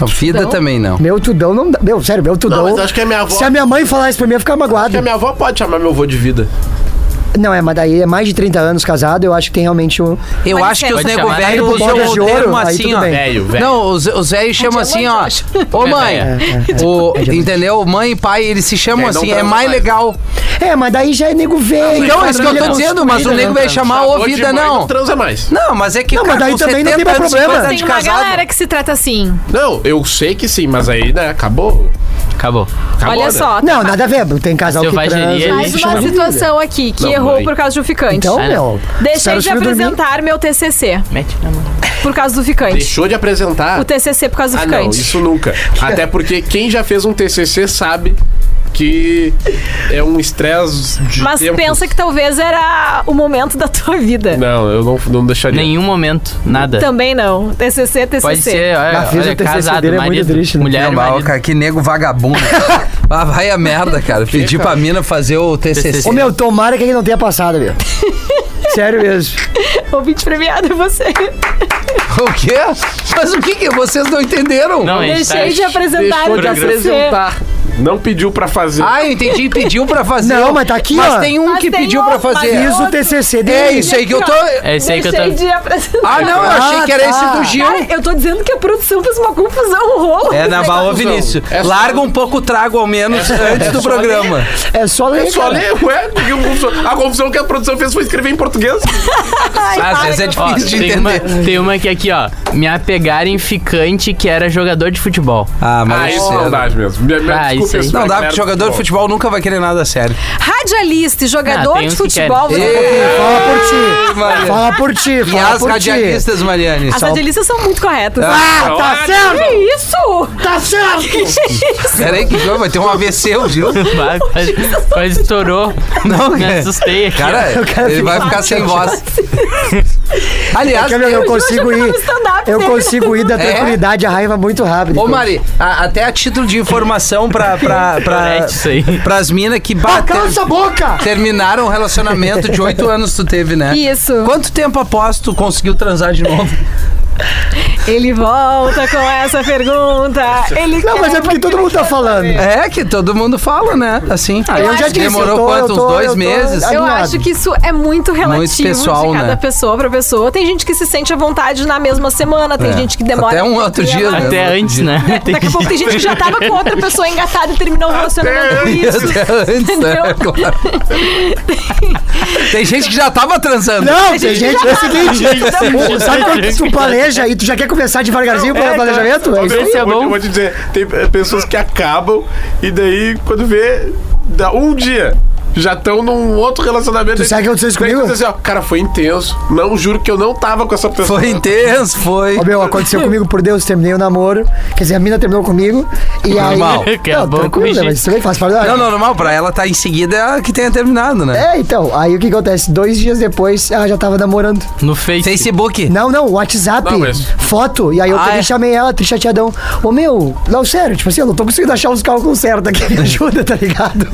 S1: Não, vida também não.
S4: Meu tudão não dá. Meu, sério, meu tudão.
S5: Não, mas acho que a minha avó-
S4: Se a minha mãe falar isso pra mim, eu ia ficar
S5: Porque
S4: magoado.
S5: a minha avó pode chamar meu avô de vida.
S4: Não, é, mas daí é mais de 30 anos casado, eu acho que tem realmente um.
S1: Eu
S2: Mas
S1: acho que
S2: é,
S1: os
S3: pode
S1: nego
S3: chamar né?
S1: velho
S3: de
S1: usam
S4: bodas
S1: o
S4: de ouro,
S1: termo
S4: aí
S1: assim,
S4: tudo
S1: ó.
S4: bem.
S5: Velho, velho.
S1: Não, os, os velhos
S2: é
S1: chamam assim, ó. Ô mãe,
S3: É,
S1: o, entendeu? Mãe e pai, eles se chamam
S5: É, não
S1: assim, é
S4: tá
S5: transa
S1: mais
S5: mais.
S1: legal.
S4: É, mas daí já é nego velho.
S1: Então, é isso que eu tô
S4: família
S1: dizendo, mas o
S4: construída,
S1: nego
S4: né?
S1: vai chamar ô
S5: Tá, Avô de
S1: vida,
S5: mãe
S1: não.
S5: transa mais.
S1: Não, mas é que.
S4: Não, mas daí também não tem mais problema.
S2: Tem uma galera que se trata assim.
S5: Não, eu sei que sim, mas aí, né, acabou.
S3: Acabou.
S5: acabou
S2: Olha
S5: né?
S2: só,
S4: Não, nada a ver. Tem casal que
S3: Selvageria é né?
S4: transa.
S3: ali.
S4: e
S2: Mais
S4: se
S2: uma
S4: chama de
S2: situação aqui que
S5: Não,
S2: errou
S5: mãe.
S2: por causa de um ficante.
S4: Então,
S3: É, né?
S4: meu. espera
S2: Deixei
S4: os
S2: de
S4: filhos dormir.
S2: apresentar meu TCC
S3: Mete na mão.
S2: por causa do ficante.
S5: Deixou de apresentar.
S2: O TCC por causa do
S5: Ah, não,
S2: ficante.
S5: isso nunca. Até porque quem já fez um TCC sabe que é um estresse de
S2: Mas
S5: tempo.
S2: pensa que talvez era o momento da tua vida.
S5: Não, eu não, não deixaria.
S3: Nenhum momento, nada.
S2: Também não. TCC, TCC.
S3: Pode ser,
S4: Mas
S3: olha,
S4: fez
S3: olha
S4: o TCC
S3: casado,
S4: dele, é muito
S3: marido,
S4: triste, né?
S3: mulher,
S1: Não, mas, ô,
S3: marido.
S1: cara, que nego vagabundo. ah, vai a merda, cara. Pedir pra mina fazer o TCC.
S4: Ô, meu, tomara que ele não tenha passado, meu. Sério mesmo.
S2: Ouvinte premiado, é você.
S1: O quê? Mas o que que vocês não entenderam?
S3: Não, a gente tá-
S2: Deixei de apresentar
S5: Deixou
S2: o
S5: de
S2: TCC.
S5: apresentar. Não pediu pra fazer.
S1: Ah, eu entendi, pediu pra fazer.
S4: Não, mas tá aqui,
S1: Mas
S4: ó.
S1: tem um
S2: Mas
S1: que
S2: tem
S1: pediu
S2: um,
S1: pra
S2: mas
S1: fazer.
S2: tem
S4: Isso, o TCC dele.
S1: É isso aí que eu tô.
S3: É isso aí que eu
S2: Deixei
S3: tô...
S2: de apresentar.
S1: Ah, não, eu achei
S4: Ah,
S1: que era esse
S4: tá.
S1: do Gil.
S2: Cara, eu tô dizendo que a produção fez uma confusão, um rolo.
S1: É, na Baú
S5: confusão.
S1: Vinícius.
S5: É só-
S1: Larga um pouco o trago, ao menos, antes do programa.
S4: É só ler.
S5: É só
S4: cara.
S5: ler, ué. porque o confusão- A confusão que a produção fez foi escrever em português.
S2: tá
S1: Às vezes é
S3: Ó,
S1: difícil de
S3: tem, uma,
S1: entender.
S3: tem uma que aqui, ó. Me apegarem ficante que era jogador de futebol.
S1: Ah,
S5: Ah,
S1: mas
S5: isso é
S1: é
S5: verdade mesmo. Me, me
S3: Ah, isso isso aí.
S5: cinco pessoas.
S1: Não dá,
S5: Galera
S1: porque
S5: do
S1: jogador de futebol nunca vai querer nada sério.
S2: Radialista e jogador
S3: Ah, tem
S2: de
S3: uns que
S2: futebol.
S3: querem.
S2: você-
S4: Fala por ti.
S1: Mariane.
S4: Fala por ti.
S1: E
S4: Fala
S1: as
S4: por ti.
S1: radialistas, Mariane.
S2: As radialistas são muito corretas.
S4: Ah, tá
S5: Olha.
S4: certo.
S2: Que isso?
S4: Tá certo.
S1: Peraí, que jogo, vai ter um AVC, viu?
S3: Vai, quase- Quase estourou.
S1: Não,
S3: Me
S1: cara.
S3: assustei aqui.
S1: Cara,
S4: quero
S1: ele vai
S4: ficar
S1: ficar sem voz. Aliás,
S4: Camila, eu
S2: Eu
S4: consigo
S2: já tava
S4: ir.
S2: no stand-up,
S4: Eu
S2: né?
S4: consigo ir da
S1: É?
S4: tranquilidade à raiva muito rápido.
S1: Ô Mari, a- até a título de informação pra, pra, pra,
S3: Parece isso aí.
S1: pras minas que
S4: Ah,
S1: batem.
S4: cala essa boca!
S1: Terminaram o relacionamento de oito anos tu teve, né?
S2: Isso.
S1: Quanto tempo após tu conseguiu transar de novo?
S2: Ele volta com essa pergunta. Ele
S4: Não, mas é porque todo mundo tá falando.
S1: É, que todo mundo fala, né? Assim.
S4: Ah, eu já disse,
S1: Demorou
S4: eu tô-
S1: quanto?
S4: eu
S1: Uns
S4: tô-
S1: dois
S4: eu tô-
S1: meses?
S4: Tá
S2: Eu
S4: animado.
S2: acho que isso é muito relativo
S1: Muito pessoal,
S2: de cada
S1: né?
S2: pessoa pra pessoa. Tem gente que se sente à vontade na mesma semana, tem
S1: É.
S2: gente que demora.
S1: Até um outro dia, né?
S3: Até antes, né? Tem
S2: Daqui a
S3: que-
S2: pouco tem gente que já tava com outra pessoa engatada e terminou o relacionamento por isso.
S1: Até antes, né?
S2: Entendeu?
S1: Claro. Tem gente que já tava transando.
S4: Não, tem gente que é o seguinte.
S3: Gente,
S4: Sabe quando tu planeja e tu já quer começar devagarzinho pelo planejamento? É isso aí.
S3: Esse é
S5: eu, vou,
S3: bom.
S5: eu vou te dizer, tem eh, pessoas que acabam e daí, quando vê, dá um dia. Já estão num outro relacionamento.
S4: Tu sabe o que aconteceu isso
S5: Daí tu
S4: comigo?
S5: diz Assim, ó, cara, foi intenso. Não, juro que eu não tava com essa pessoa.
S1: Foi intenso, foi.
S4: Ô, meu, aconteceu comigo, por Deus, terminei o namoro. Quer dizer, a mina terminou comigo. E aí.
S1: Normal.
S3: Que é
S4: Não,
S3: bom
S4: tranquilo,
S3: com
S4: né, mas também faz parte da-
S1: Não, não, normal, pra ela tá em seguida é a que tenha terminado, né?
S4: É, então, aí o que acontece? Dois dias depois, ela já tava namorando.
S3: No Face.
S1: Facebook.
S4: Não, não, WhatsApp,
S5: Não, mas-
S4: foto. E aí eu
S1: Ah,
S4: peguei
S1: é?
S4: e chamei ela, trichateadão. Ô meu, não, sério, tipo assim, eu não tô conseguindo achar os cálculos certos aqui. Me ajuda, tá ligado?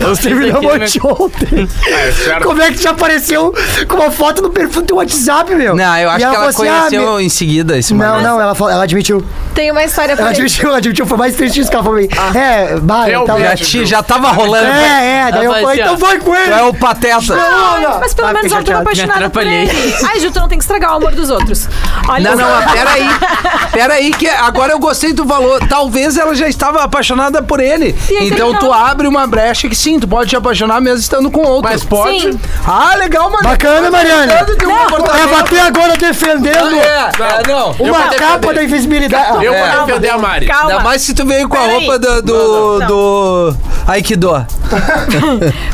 S4: Nós
S3: aqui, né?
S4: terminamos ontem, ontem.
S5: É, certo.
S4: Como é que já apareceu com uma foto no perfil do teu WhatsApp, meu?
S1: Não, eu
S4: E
S1: acho que ela
S4: falou assim, ah,
S1: conheceu
S4: me-
S1: em seguida esse
S4: Não,
S1: mano.
S4: não, ela, falou, ela admitiu.
S2: Tem uma história
S4: Ela
S2: pra ele.
S4: admitiu, ela admitiu. Foi mais triste isso que ela falou pra
S1: Ah.
S4: mim. É, vai, eu tava...
S1: Já,
S4: É,
S5: Verdade.
S1: ti- já tava rolando. né?
S4: é, daí eu
S3: Ela
S4: falei,
S3: falou
S4: então
S3: assim,
S4: vai com ele.
S1: Tu é o pateta.
S4: Não, não.
S2: Mas pelo
S4: Ah,
S2: menos
S4: fiquei
S2: ela tava
S4: chateado.
S2: apaixonada por
S3: atrapalhei.
S2: ele. Ai, Ju, tu não tem que estragar o amor dos outros. Olha
S1: Não, não, mas peraí. Peraí, que agora eu gostei do valor. Talvez ela já estava apaixonada por ele.
S2: E aí
S1: Então
S2: terminou.
S1: tu abre uma brecha que sim, tu pode te apaixonar mesmo estando com outro.
S5: Mas pode?
S2: Sim.
S1: Ah, legal, mano.
S4: Bacana, Mariana.
S1: Tem um
S4: Vai
S1: comportamento.
S4: bater agora defendendo
S1: É, é, não.
S4: uma
S5: vou
S4: capa da invencibilidade.
S5: Eu
S1: É.
S5: vou defender a Mari.
S1: Ainda
S2: Calma,
S1: mais se tu veio com a
S2: Peraí.
S1: roupa do. do. do Aikido.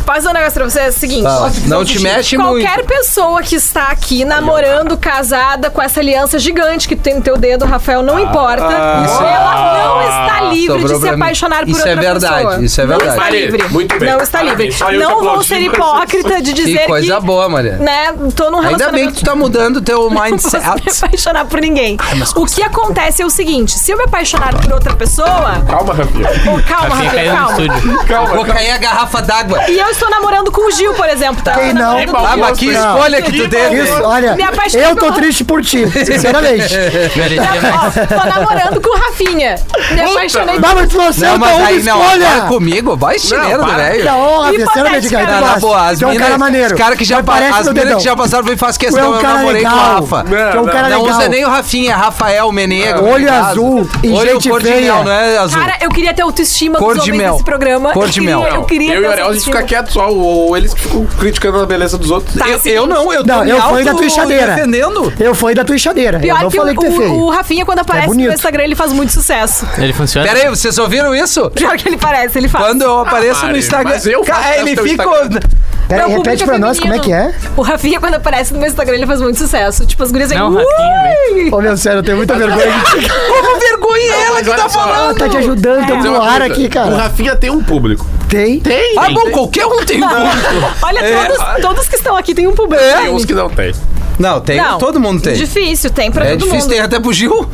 S2: posso dizer um negócio pra vocês? Seguinte.
S1: Fala. Não te mexe muito.
S2: Qualquer pessoa que está aqui namorando, casada, com essa aliança gigante que tu tem no teu dedo, Rafael, não importa. é
S1: isso-
S2: ela não está livre
S1: Ah. sobrou
S2: de se
S1: pra mim.
S2: apaixonar por
S1: Isso
S2: outra
S1: é verdade,
S2: pessoa.
S1: isso é
S2: Não está
S1: verdade.
S2: livre.
S5: Muito bem.
S2: Não está livre.
S5: Parabéns. Só eu te
S2: Não vou
S5: aplaudi,
S2: ser
S5: mas-
S2: hipócrita de dizer
S1: Que coisa boa, Maria.
S2: né, tô num
S1: Ainda
S2: relacionamento...
S1: bem que tu tá mudando teu
S2: Não vou me
S1: mindset.
S2: apaixonar por ninguém. O que acontece é o seguinte: se eu me apaixonar por outra pessoa.
S5: Calma, Rafinha.
S2: Oh, calma,
S3: Rafinha
S2: Rafael,
S3: caiu no
S2: calma.
S3: estúdio.
S5: Calma,
S1: Vou
S5: calma.
S1: cair a garrafa d'água.
S2: E eu estou namorando com o Gil, por exemplo. Tá?
S4: Quem não?
S2: Namorando-
S1: Ah, mas que
S4: Não.
S1: escolha que tu
S5: Que
S1: teve.
S4: Isso, olha,
S2: Me apaixonou.
S4: eu tô triste por ti, sinceramente.
S3: Merecia mais.
S2: Ó, tô namorando com o Rafinha. Me apaixonei
S4: Não, mas tu não
S1: Não,
S4: acerta
S1: mas
S4: uma
S1: aí não, agora
S4: escolha. Então,
S1: comigo, vai chinelo,
S5: para.
S4: Da
S1: velho.
S4: honra,
S2: Hipotética,
S4: sinceramente, cara.
S2: né?
S4: tu
S1: Não, na
S4: gosta.
S1: boa, as
S4: Tu é um
S1: minas,
S4: cara maneiro.
S1: os cara que já,
S4: Não aparece
S1: as
S4: no
S1: minas
S4: dedão.
S1: que já passaram bem faz
S4: Tu é
S1: questão,
S4: um
S1: eu
S4: cara
S1: namorei com o
S4: legal.
S1: Rafa.
S4: Tu é um
S5: Não,
S4: cara
S1: Não usa
S4: legal.
S1: nem o Rafinha, é Rafael Menego.
S4: Olho
S1: obrigado.
S4: azul e
S1: Olho
S4: gente
S1: cor de
S4: feia.
S1: mel, não é azul.
S2: Cara, eu queria ter autoestima
S1: Cor
S2: dos
S1: de
S2: homens
S1: mel.
S2: nesse programa.
S1: Cor de
S2: eu queria,
S1: mel.
S2: Eu queria
S5: Eu e o
S2: ter
S5: Ariel, a gente
S2: autoestima.
S5: fica quieto só. Ou, ou eles que ficam criticando a beleza dos outros.
S2: Tá,
S1: eu,
S2: assim,
S1: eu não, eu tô
S4: Não,
S1: me
S4: eu fui da
S1: auto-
S4: trinchadeira.
S1: defendendo.
S4: Eu fui da tua enxadeira. Eu
S2: Pior
S4: não
S2: que
S4: falei que tu é
S2: o, o,
S4: feio.
S2: Rafinha, quando aparece no
S4: bonito.
S2: Instagram, ele faz muito sucesso.
S3: Ele funciona?
S1: Pera aí, vocês ouviram isso?
S2: Pior que ele parece, ele faz.
S1: Quando eu apareço no
S5: Mari,
S1: Instagram.
S5: mas eu faço
S1: Cara,
S5: essa
S1: ele
S5: no
S1: fica.
S5: Instagram.
S4: Pera,
S2: Não, o
S4: repete
S2: público
S4: pra nós como é que é.
S2: O Rafinha, quando aparece no meu Instagram, ele faz muito sucesso. Tipo, as gurias aí.
S3: Não, Rafinha,
S5: né?
S4: Ô, meu sério, eu tenho muita
S2: Tá
S4: vergonha de ti.
S1: Como vergonha é ela que
S5: olha
S1: tá
S5: só.
S4: Ah,
S1: falando?
S4: tá te ajudando,
S5: Vou
S4: tamo
S5: dizer é uma
S4: no ar
S5: coisa,
S4: aqui,
S5: O
S4: cara.
S5: Rafinha tem um público.
S4: Tem?
S5: Tem.
S1: Ah, bom, qualquer um tem um público.
S2: Olha, todos, todos que estão aqui têm um problema.
S5: Tem uns que não tem.
S1: Não, É, tem.
S2: Não.
S1: todo mundo tem.
S2: Difícil, tem pra
S1: É
S2: todo
S1: difícil,
S2: mundo.
S1: tem até pro Gil.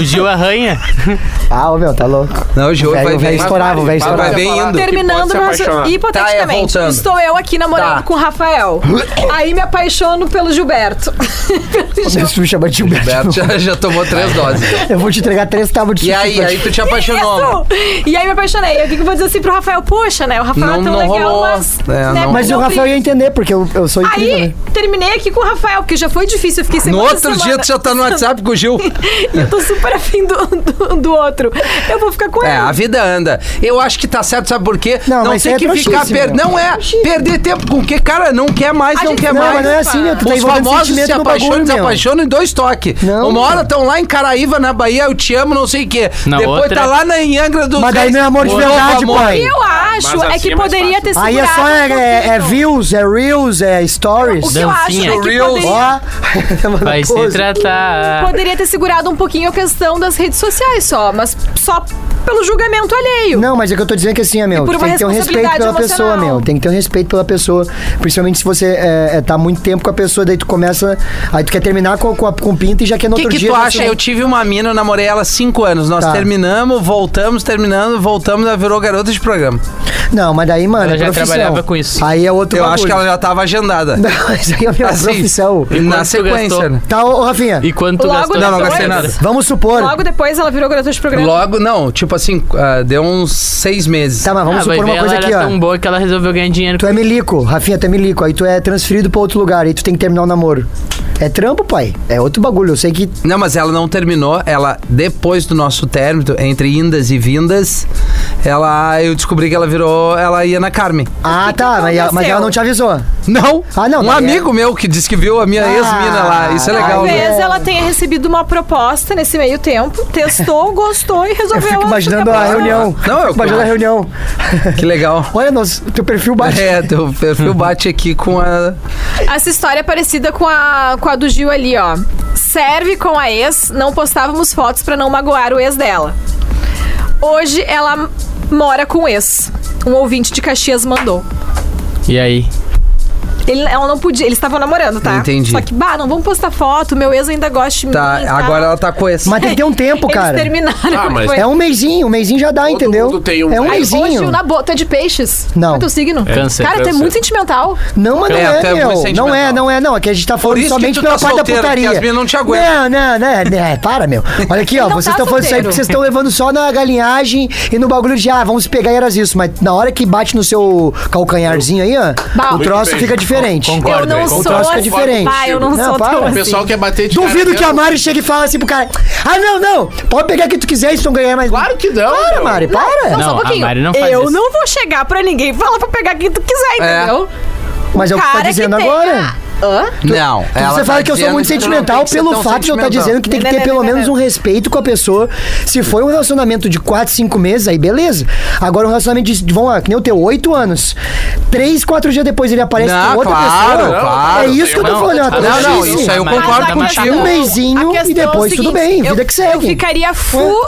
S3: O Gil arranha.
S4: Ah, ô, meu, tá louco.
S1: Não, o Gil
S4: O
S1: vai
S4: velho- o velho
S1: ver.
S4: estourava, o
S1: Vai,
S4: velho
S1: vai
S4: estourava.
S1: bem indo.
S2: Terminando,
S5: Que pode se
S2: mas
S5: apaixonar.
S1: Tá, é,
S2: hipoteticamente,
S1: voltando.
S2: estou eu aqui namorando
S1: Tá.
S2: com o Rafael. Aí me apaixono pelo Gilberto.
S4: Se tu me chama de
S1: Beto
S4: Gilberto,
S1: já, já tomou três doses.
S4: eu vou te entregar três tábuas de
S1: E aí,
S4: chifre pra
S1: aí
S4: ti.
S1: tu te apaixonou. mano.
S2: É Isso! E aí me apaixonei. E O que que eu vou dizer assim pro Rafael? Poxa, né? O Rafael
S1: Não-
S2: é tão
S1: não
S2: legal,
S1: rolou.
S2: mas. né,
S1: É, não
S4: Mas o
S2: não
S4: Rafael ia entender, porque eu, eu sou incrível,
S2: Aí,
S4: né?
S2: terminei aqui com o Rafael, porque já foi difícil, eu fiquei sem
S1: No
S2: outra
S1: outro dia
S2: semana.
S1: tu já tá no WhatsApp com o Gil.
S2: E eu tô super afim do, do, do outro. Eu vou ficar com
S1: É,
S2: ele.
S1: a vida anda. Eu acho que tá certo, sabe por quê?
S4: Não,
S1: não
S4: mas
S1: tem
S4: isso é
S1: que ficar
S4: trouxice,
S1: per...
S4: meu.
S1: Não é perder tempo com o que, cara, não quer mais,
S2: A
S1: não
S2: gente
S1: quer
S4: Não,
S1: mais.
S4: mas não é assim, meu. Tu tá
S1: Os
S4: envolvendo
S1: famosos se
S4: sentimento no
S1: apaixonam,
S4: bagulho, meu.
S1: desapaixonam em dois toques.
S4: Não,
S1: Uma hora
S4: cara.
S1: estão lá em Caraíva, na Bahia, eu te amo, não sei o quê.
S3: Na
S1: Depois
S3: outra-
S1: tá lá na em Angra do
S4: Mas daí não é amor de verdade, pai.
S2: Eu acho
S5: assim
S2: é que
S5: é mais
S2: poderia
S5: fácil.
S2: ter sido.
S4: Aí é só é, é, é views, é reels, é stories. É
S2: O que eu acho
S3: Dancinha.
S2: é que
S1: Reels.
S2: poderia,
S4: Ó. É.
S3: Vai se
S4: Pose.
S3: tratar.
S2: poderia ter segurado um pouquinho a questão das redes sociais só, mas só pelo julgamento alheio.
S4: Não, mas é que eu tô dizendo que assim, é meu.
S2: por
S4: tu
S2: uma
S4: Tem que ter um respeito pela
S2: responsabilidade
S4: pessoa,
S2: emocional.
S4: meu. Tem que ter um respeito pela pessoa. Principalmente se você é, é, tá muito tempo com a pessoa, daí tu começa. Aí tu quer terminar com, com, a, com pinta e assim, já quer no
S1: O que,
S4: outro
S1: que
S4: dia.
S1: tu
S4: já
S1: acha?
S4: se-
S1: Eu tive uma mina, eu namorei ela há cinco anos. Nós
S4: Tá.
S1: terminamos, voltamos, terminando, voltamos, ela virou garota de programa.
S4: Não, mas daí, mano.
S3: Ela
S4: é
S3: já
S4: profissão.
S3: trabalhava com isso.
S4: Aí é outro
S1: Eu
S4: bagulho.
S1: acho que ela já tava agendada.
S4: Não, isso aí é a minha
S1: Assim,
S4: profissão.
S1: na
S3: quanto tu
S1: sequência,
S3: gastou?
S1: né?
S4: Tá, ô, ô, Rafinha.
S3: E quando tu
S2: Logo
S3: gastou?
S1: Não, não
S3: depois?
S1: gastei nada.
S4: Vamos supor.
S2: Logo depois ela virou garota de programa.
S1: Logo, não, tipo assim, ah, deu uns seis meses.
S4: Tá, mas vamos
S3: Ah, vai
S4: supor
S3: ver,
S4: uma coisa
S3: ela
S4: aqui,
S3: era
S4: ó.
S3: tão boa que ela resolveu ganhar dinheiro.
S4: Tu é milico, Rafinha, tu é milico. Aí tu é transferido pra outro lugar, aí tu tem que terminar o namoro. É trampo, pai. É outro bagulho. Eu sei que.
S1: Não, mas ela não terminou. Ela, depois do nosso término, entre indas e vindas, ela, eu descobri que ela virou, ela ia na Carmen.
S4: Ah, tá, mas, ela- mas ela não te avisou.
S1: Não!
S4: Ah, não,
S1: Um
S4: daí é-
S1: amigo meu que disse que viu a minha
S4: Ah,
S1: ex-mina lá. Isso é legal, né?
S2: Talvez ela tenha recebido uma proposta nesse meio tempo, testou, gostou e
S4: Eu
S2: resolveu.
S4: fico
S2: ah,
S4: imaginando a
S2: fica bom.
S4: reunião.
S1: Não, eu-
S4: Imaginando a reunião.
S1: Que legal.
S4: Olha, nosso, teu perfil bate.
S1: É, teu perfil bate aqui com a.
S2: Essa história é parecida com a, com a do Gil ali, ó. Serve com a ex, não postávamos fotos pra não magoar o ex dela. Hoje ela m- mora com o ex. Um ouvinte de Caxias mandou.
S3: E aí?
S2: Ele, ela não podia, eles estavam namorando, tá?
S1: Entendi.
S2: Só que, bah, não vamos postar foto, meu ex ainda gosta de mim.
S1: Tá, agora ela tá com esse.
S4: Mas tem que ter um tempo,
S2: Eles
S4: cara.
S2: terminaram.
S5: Ah, mas-
S2: foi-
S4: É um mêsinho, um mêsinho já dá,
S5: Todo
S4: entendeu?
S5: mundo tem um-
S4: É um
S5: Aí,
S2: Aí, ô, Gil,
S4: mêsinho.
S2: na boa, tu é de peixes?
S4: Não.
S2: Qual é teu signo?
S3: Câncer.
S2: Cara, tu é
S5: Câncer.
S2: muito sentimental.
S4: Não, mas não
S1: É,
S4: é,
S1: até muito
S4: meu. Não é,
S1: sentimental.
S4: não é, não. É que a gente tá falando
S1: isso que
S4: somente
S1: tu
S4: pela
S1: tá
S4: parte
S1: solteiro,
S4: da
S1: que
S4: putaria.
S1: as minas não te aguentam.
S4: Não, não, não, não, Para, meu. Olha aqui, ó.
S2: Ele não
S4: Vocês
S2: tá
S4: estão falando isso aí
S2: solteiro.
S4: porque vocês estão levando só na galinhagem e no bagulho de, ah, vamos se pegar e era isso. Mas na hora que bate no seu calcanharzinho aí, ó,
S2: Bah,
S4: o
S2: muito
S4: troço
S5: bem.
S4: fica diferente.
S2: eu não
S4: com
S2: sou.
S4: troço que é diferente.
S2: Bah, eu não,
S4: Não,
S2: sou
S4: para.
S2: tão
S5: O
S2: assim.
S5: pessoal quer bater de
S4: Duvido
S5: cara
S4: que a
S5: mesmo.
S4: Mari chegue e fale assim pro cara: Ah, não, não! Pode pegar o que tu quiser, isso não ganhar mais.
S5: Claro que não,
S4: Para,
S5: meu.
S4: Mari, para!
S2: Não, só
S3: Não,
S2: um pouquinho.
S3: a Mari não faz
S2: eu
S3: isso.
S2: não vou chegar pra ninguém e falar pra pegar quem tu quiser,
S1: É.
S2: entendeu?
S4: Mas é o que tu tá
S2: Cara que
S4: dizendo
S2: tem- Ah,
S4: agora.
S2: Hã?
S1: Não, ela
S4: você
S1: tá
S4: fala que eu sou
S1: dizendo
S4: muito
S1: tu não
S4: sentimental
S1: tem que ser
S4: pelo
S1: tão
S4: fato de eu tá estar
S1: sentimental.
S4: dizendo que tem que ter pelo menos um respeito com a pessoa. Se for um relacionamento de 4, 5 meses, aí beleza. Agora um relacionamento de, vamos lá, que nem o teu, 8 anos. 3, 4 dias depois ele aparece
S1: Não,
S4: com outra
S1: claro,
S4: pessoa.
S1: claro.
S4: é isso que eu tô
S3: Não,
S4: falando. é uma
S3: não,
S1: Não, não,
S4: trouxice.
S1: isso aí eu
S3: Mas
S1: concordo
S3: tá mais
S1: contigo.
S4: um
S2: A
S4: mêsinho
S2: questão
S4: e depois
S2: é o
S4: tudo
S2: seguinte,
S4: bem,
S2: eu-
S4: vida que segue.
S2: Eu ficaria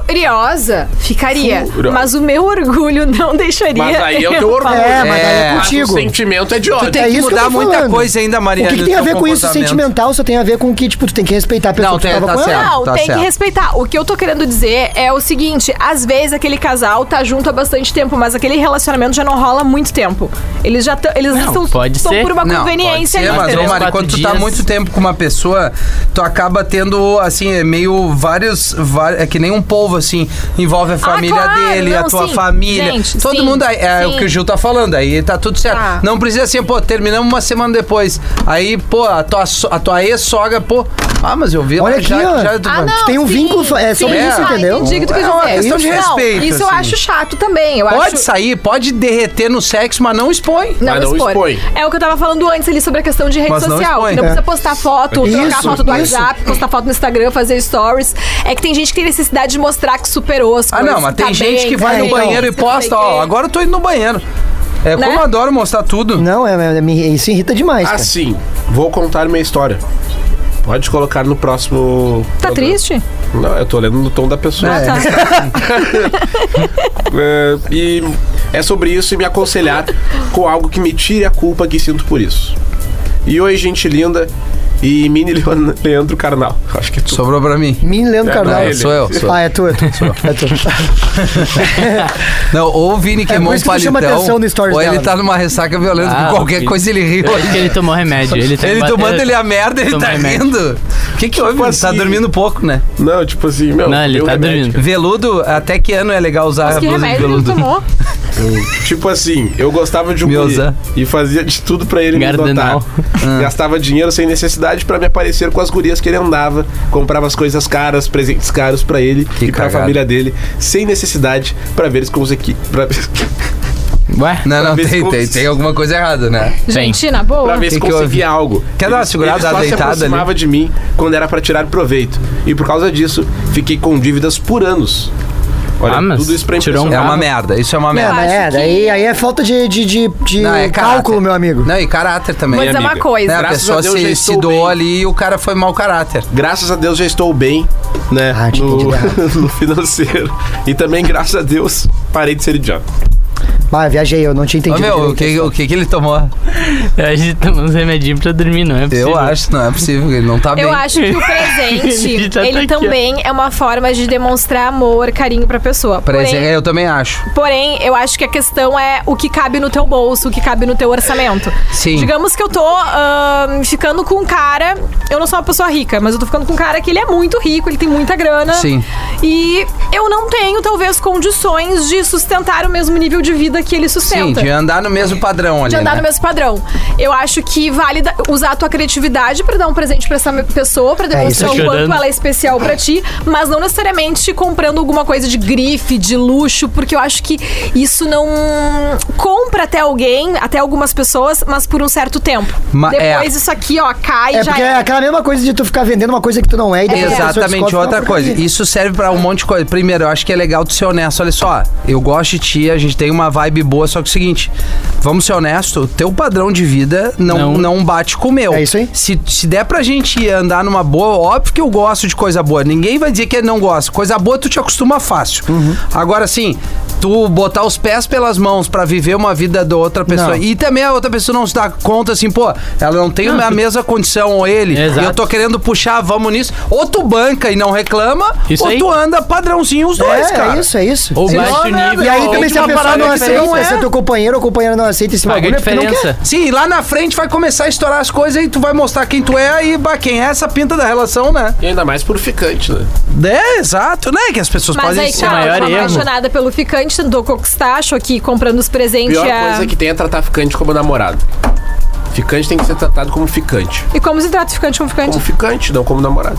S2: furiosa, ficaria,
S5: Furiosa.
S2: mas o meu orgulho não deixaria.
S5: Mas aí é o teu
S2: eu
S5: orgulho.
S2: falar.
S4: É, mas daí
S1: É,
S4: é
S5: Mas O
S4: contigo.
S5: sentimento é de ódio.
S1: Tu tem
S4: É
S1: que
S4: isso que eu
S1: mudar
S4: tô
S1: muita
S4: falando.
S1: coisa ainda,
S4: O
S1: Mariana.
S4: que, que
S1: do
S4: tem a
S1: teu
S4: ver com isso?
S1: comportamento.
S4: Sentimental só tem a ver com que, tipo, tu tem que respeitar a pessoa
S1: Não,
S4: que tu
S1: tem-
S4: tava
S1: tá
S4: com ela.
S1: certo.
S2: Não, tem
S1: certo.
S2: que respeitar. O que eu tô querendo dizer é o seguinte: às vezes aquele casal tá junto há bastante tempo, mas aquele relacionamento já não rola há muito tempo. Eles já tão, eles estão
S3: pode
S2: estão
S3: ser.
S2: por uma
S1: Não,
S2: conveniência
S1: pode ser,
S2: ali, né?
S1: mas, ô,
S3: três,
S2: entendeu?
S1: Mari,
S3: quatro
S1: quando tu tá
S3: dias.
S1: muito tempo com uma pessoa, tu acaba tendo, assim, é meio vários, va- É que nem um povo, assim, envolve a família
S2: Ah, claro,
S1: dele, a
S2: não,
S1: tua
S2: sim.
S1: família.
S2: Gente,
S1: Todo
S2: sim,
S1: mundo. aí- É, o
S2: sim.
S1: que o Gil tá falando, aí tá tudo certo.
S2: Tá.
S1: Não precisa assim, pô, terminamos uma semana depois. Aí, pô, a tua, so- a tua ex-sogra, pô. Ah, mas eu vi ela
S4: Olha aqui,
S1: já,
S4: ó.
S1: já-
S2: Ah, não,
S4: Tu tem um
S2: sim,
S4: vínculo, é,
S2: sim,
S4: sobre
S1: isso,
S2: ah,
S4: entendeu?
S2: entendi o que tu quis
S1: É uma
S2: dizer.
S1: questão de
S2: Não,
S1: respeito,
S2: Isso eu
S1: assim.
S2: acho chato também. Eu
S1: Pode
S2: acho...
S1: sair, pode derreter no sexo, mas não expõe.
S2: Não,
S5: Mas não
S2: expor.
S5: expõe.
S2: É o que eu tava falando antes ali sobre a questão de rede
S1: Mas não
S2: social.
S1: expõe.
S2: que Não,
S1: É.
S2: precisa postar foto, trocar
S4: Isso,
S2: foto do
S4: isso.
S2: WhatsApp, postar foto no Instagram, fazer stories. É que tem gente que tem necessidade de mostrar que superou as
S1: Ah,
S2: coisas.
S1: não, mas tem
S2: tá
S1: gente
S2: bem, Tá
S1: que vai no
S4: tá bem,
S1: banheiro e
S2: não sei
S1: posta, ó,
S2: quê.
S1: agora eu tô indo no banheiro. É
S2: Né?
S1: como eu adoro mostrar tudo.
S4: Não, é, é, me- isso irrita demais,
S1: Ah,
S4: cara.
S5: Assim, vou contar minha história. Pode colocar no próximo.
S2: Tá
S5: programa.
S2: triste?
S5: Não, eu tô lendo no tom da pessoa.
S2: Ah, tá.
S5: É, e é sobre isso e me aconselhar com algo que me tire a culpa que sinto por isso. E oi, gente linda e mini Leon- Leandro Carnal. Acho que é tu.
S1: Sobrou pra mim.
S4: Menino Leandro
S5: É,
S4: Carnal.
S5: não,
S1: sou eu, sou eu.
S4: Ah, é tu, é tu. É tu.
S1: Não, ou o Vini queimou
S4: É por
S1: um
S4: isso que tu
S1: paletão,
S4: chama atenção no stories
S1: ou ele
S4: dela.
S1: tá numa ressaca violenta,
S3: Ah,
S1: que qualquer
S3: Vini.
S1: coisa ele ri.
S3: Eu acho que ele tomou remédio. Ele, tá
S1: Ele
S3: emba-
S1: tomando ele a merda, ele
S3: Toma
S1: tá
S3: remédio.
S1: rindo. O que que houve? Ele tá
S5: assim?
S1: dormindo pouco, né?
S5: Não, tipo assim, meu.
S3: Não, ele
S5: meu
S3: tá
S5: remédio.
S3: dormindo.
S1: Veludo, até que ano é legal usar
S2: Mas
S1: a
S2: que
S1: blusa de
S2: remédio ele
S1: veludo?
S2: tomou?
S5: Eu, tipo assim, eu gostava de um guri
S1: Miozan.
S5: e fazia de tudo pra ele
S3: Gardenal.
S5: me
S1: Ah.
S5: dotar. Gastava dinheiro sem necessidade pra me aparecer com as gurias que ele andava. Comprava as coisas caras, presentes caros pra ele
S1: Que
S5: e pra
S1: cagada.
S5: família dele, sem necessidade pra ver eles com os equi... pra...
S3: Ué?
S1: Não, não,
S5: ver se
S1: tem,
S5: cons-
S1: tem, tem alguma coisa errada, né?
S2: Gente, na boa.
S5: pra ver se
S1: Que que houve?
S5: conseguia algo.
S1: Quer dar uma
S5: Ele-
S1: segurada,
S5: ele só
S1: dar uma deitada
S5: se aproximava de mim quando era pra tirar proveito. E por causa disso, fiquei com dívidas por anos. Olha,
S3: Ah, mas
S5: tudo isso pra
S3: tirou um
S1: É
S5: impressionar.
S1: uma merda, isso é uma
S4: É,
S1: merda.
S4: mas
S2: acho
S4: é,
S2: que-
S4: daí, aí é falta de, de, de, de
S1: Não, é caráter.
S4: cálculo, meu amigo.
S1: Não, e caráter também.
S2: Vou dizer é uma
S5: amiga.
S1: Né,
S2: coisa.
S1: a
S5: Graças
S1: pessoa
S5: a Deus, já
S1: se, se
S5: estou
S1: doou
S5: bem.
S1: ali e o cara foi mau caráter.
S5: Graças a Deus já estou bem, né?
S4: Ah, te
S5: no,
S4: entendi
S5: no financeiro. E também, graças a Deus, parei de ser idiota.
S4: Ah, viajei, eu não tinha
S1: Ô,
S4: entendido.
S1: meu, o
S4: direito.
S1: que, o que que ele tomou?
S3: A gente toma uns remedinhos pra dormir, não é possível.
S1: Eu acho, não é possível, ele não tá bem.
S2: Eu acho que o presente,
S3: Ele já tá
S2: ele
S3: aqui,
S2: também é uma forma de demonstrar amor, carinho pra pessoa.
S1: Parece-
S2: Porém,
S1: é, eu também acho.
S2: porém, eu acho que a questão é o que cabe no teu bolso, o que cabe no teu orçamento.
S1: Sim.
S2: Digamos que eu tô ahn, ficando com um cara. Eu não sou uma pessoa rica, mas eu tô ficando com um cara que ele é muito rico, ele tem muita grana.
S1: Sim.
S2: E eu não tenho, talvez, condições de sustentar o mesmo nível de vida que ele
S1: Sim,
S2: sustenta.
S1: de andar no mesmo padrão ali.
S2: De andar
S1: né?
S2: no mesmo padrão. Eu acho que vale da- usar a tua criatividade pra dar um presente pra essa me- pessoa, pra
S4: isso
S2: demonstrar
S3: aí.
S2: o quanto
S3: Chorando.
S2: ela é especial pra ti, mas não necessariamente comprando alguma coisa de grife, de luxo, porque eu acho que isso não compra até alguém, até algumas pessoas, mas por um certo tempo.
S1: Ma- é.
S2: Depois isso aqui, ó, cai
S4: É
S2: já
S4: porque é
S2: era.
S4: aquela mesma coisa de tu ficar vendendo uma coisa que tu não é e depois a pessoa
S1: Exatamente,
S4: descobre que é
S1: outra
S4: uma
S1: coisa.
S4: porcaria.
S1: Isso serve pra um monte de coisa. Primeiro, eu acho que é legal tu ser honesto. Olha só, eu gosto de ti, a gente tem uma vibe boa, só que é o seguinte, vamos ser honesto, o teu padrão de vida não, não.
S3: Não.
S1: bate com o meu.
S4: É isso aí.
S1: Se, se der pra gente andar numa boa, óbvio que eu gosto de coisa boa. Ninguém vai dizer que ele não gosta. Coisa boa tu te acostuma fácil.
S4: Uhum.
S1: Agora sim, tu botar os pés pelas mãos pra viver uma vida da outra pessoa.
S4: Não.
S1: E também a outra pessoa não se dá conta assim, pô, ela não tem a mesma condição ou ele.
S3: Exato.
S1: Eu tô querendo puxar, vamos nisso. Ou tu banca e não reclama,
S3: Isso
S1: ou
S3: aí.
S1: tu anda padrãozinho os dois,
S4: É,
S1: cara.
S4: é isso, é isso.
S3: Ou
S4: Sim.
S3: baixa o nível.
S4: E aí
S3: ou
S4: também se a
S3: uma
S4: pessoa
S3: parada
S4: não
S3: diferente.
S4: aceita, se é teu companheiro ou companheira não aceita esse
S3: Paga
S4: bagulho,
S3: a
S4: é porque não quer.
S3: diferença.
S1: Sim, lá na frente vai começar a estourar as coisas e tu vai mostrar quem tu é aí, bah, quem é essa pinta da relação, né?
S5: E ainda mais por ficante, né?
S1: É, exato, né? Que as pessoas
S2: Mas
S1: podem
S2: aí,
S1: ser.
S2: cara,
S3: maior
S2: eu tô
S3: erro.
S2: apaixonada pelo ficante, tentou conquistar, achou que comprando os presentes
S5: Pior
S2: é-
S5: coisa que tem é tratar ficante como namorado. Ficante tem que ser tratado como ficante.
S2: E como se trata o ficante com o ficante?
S5: Como ficante, não como namorado.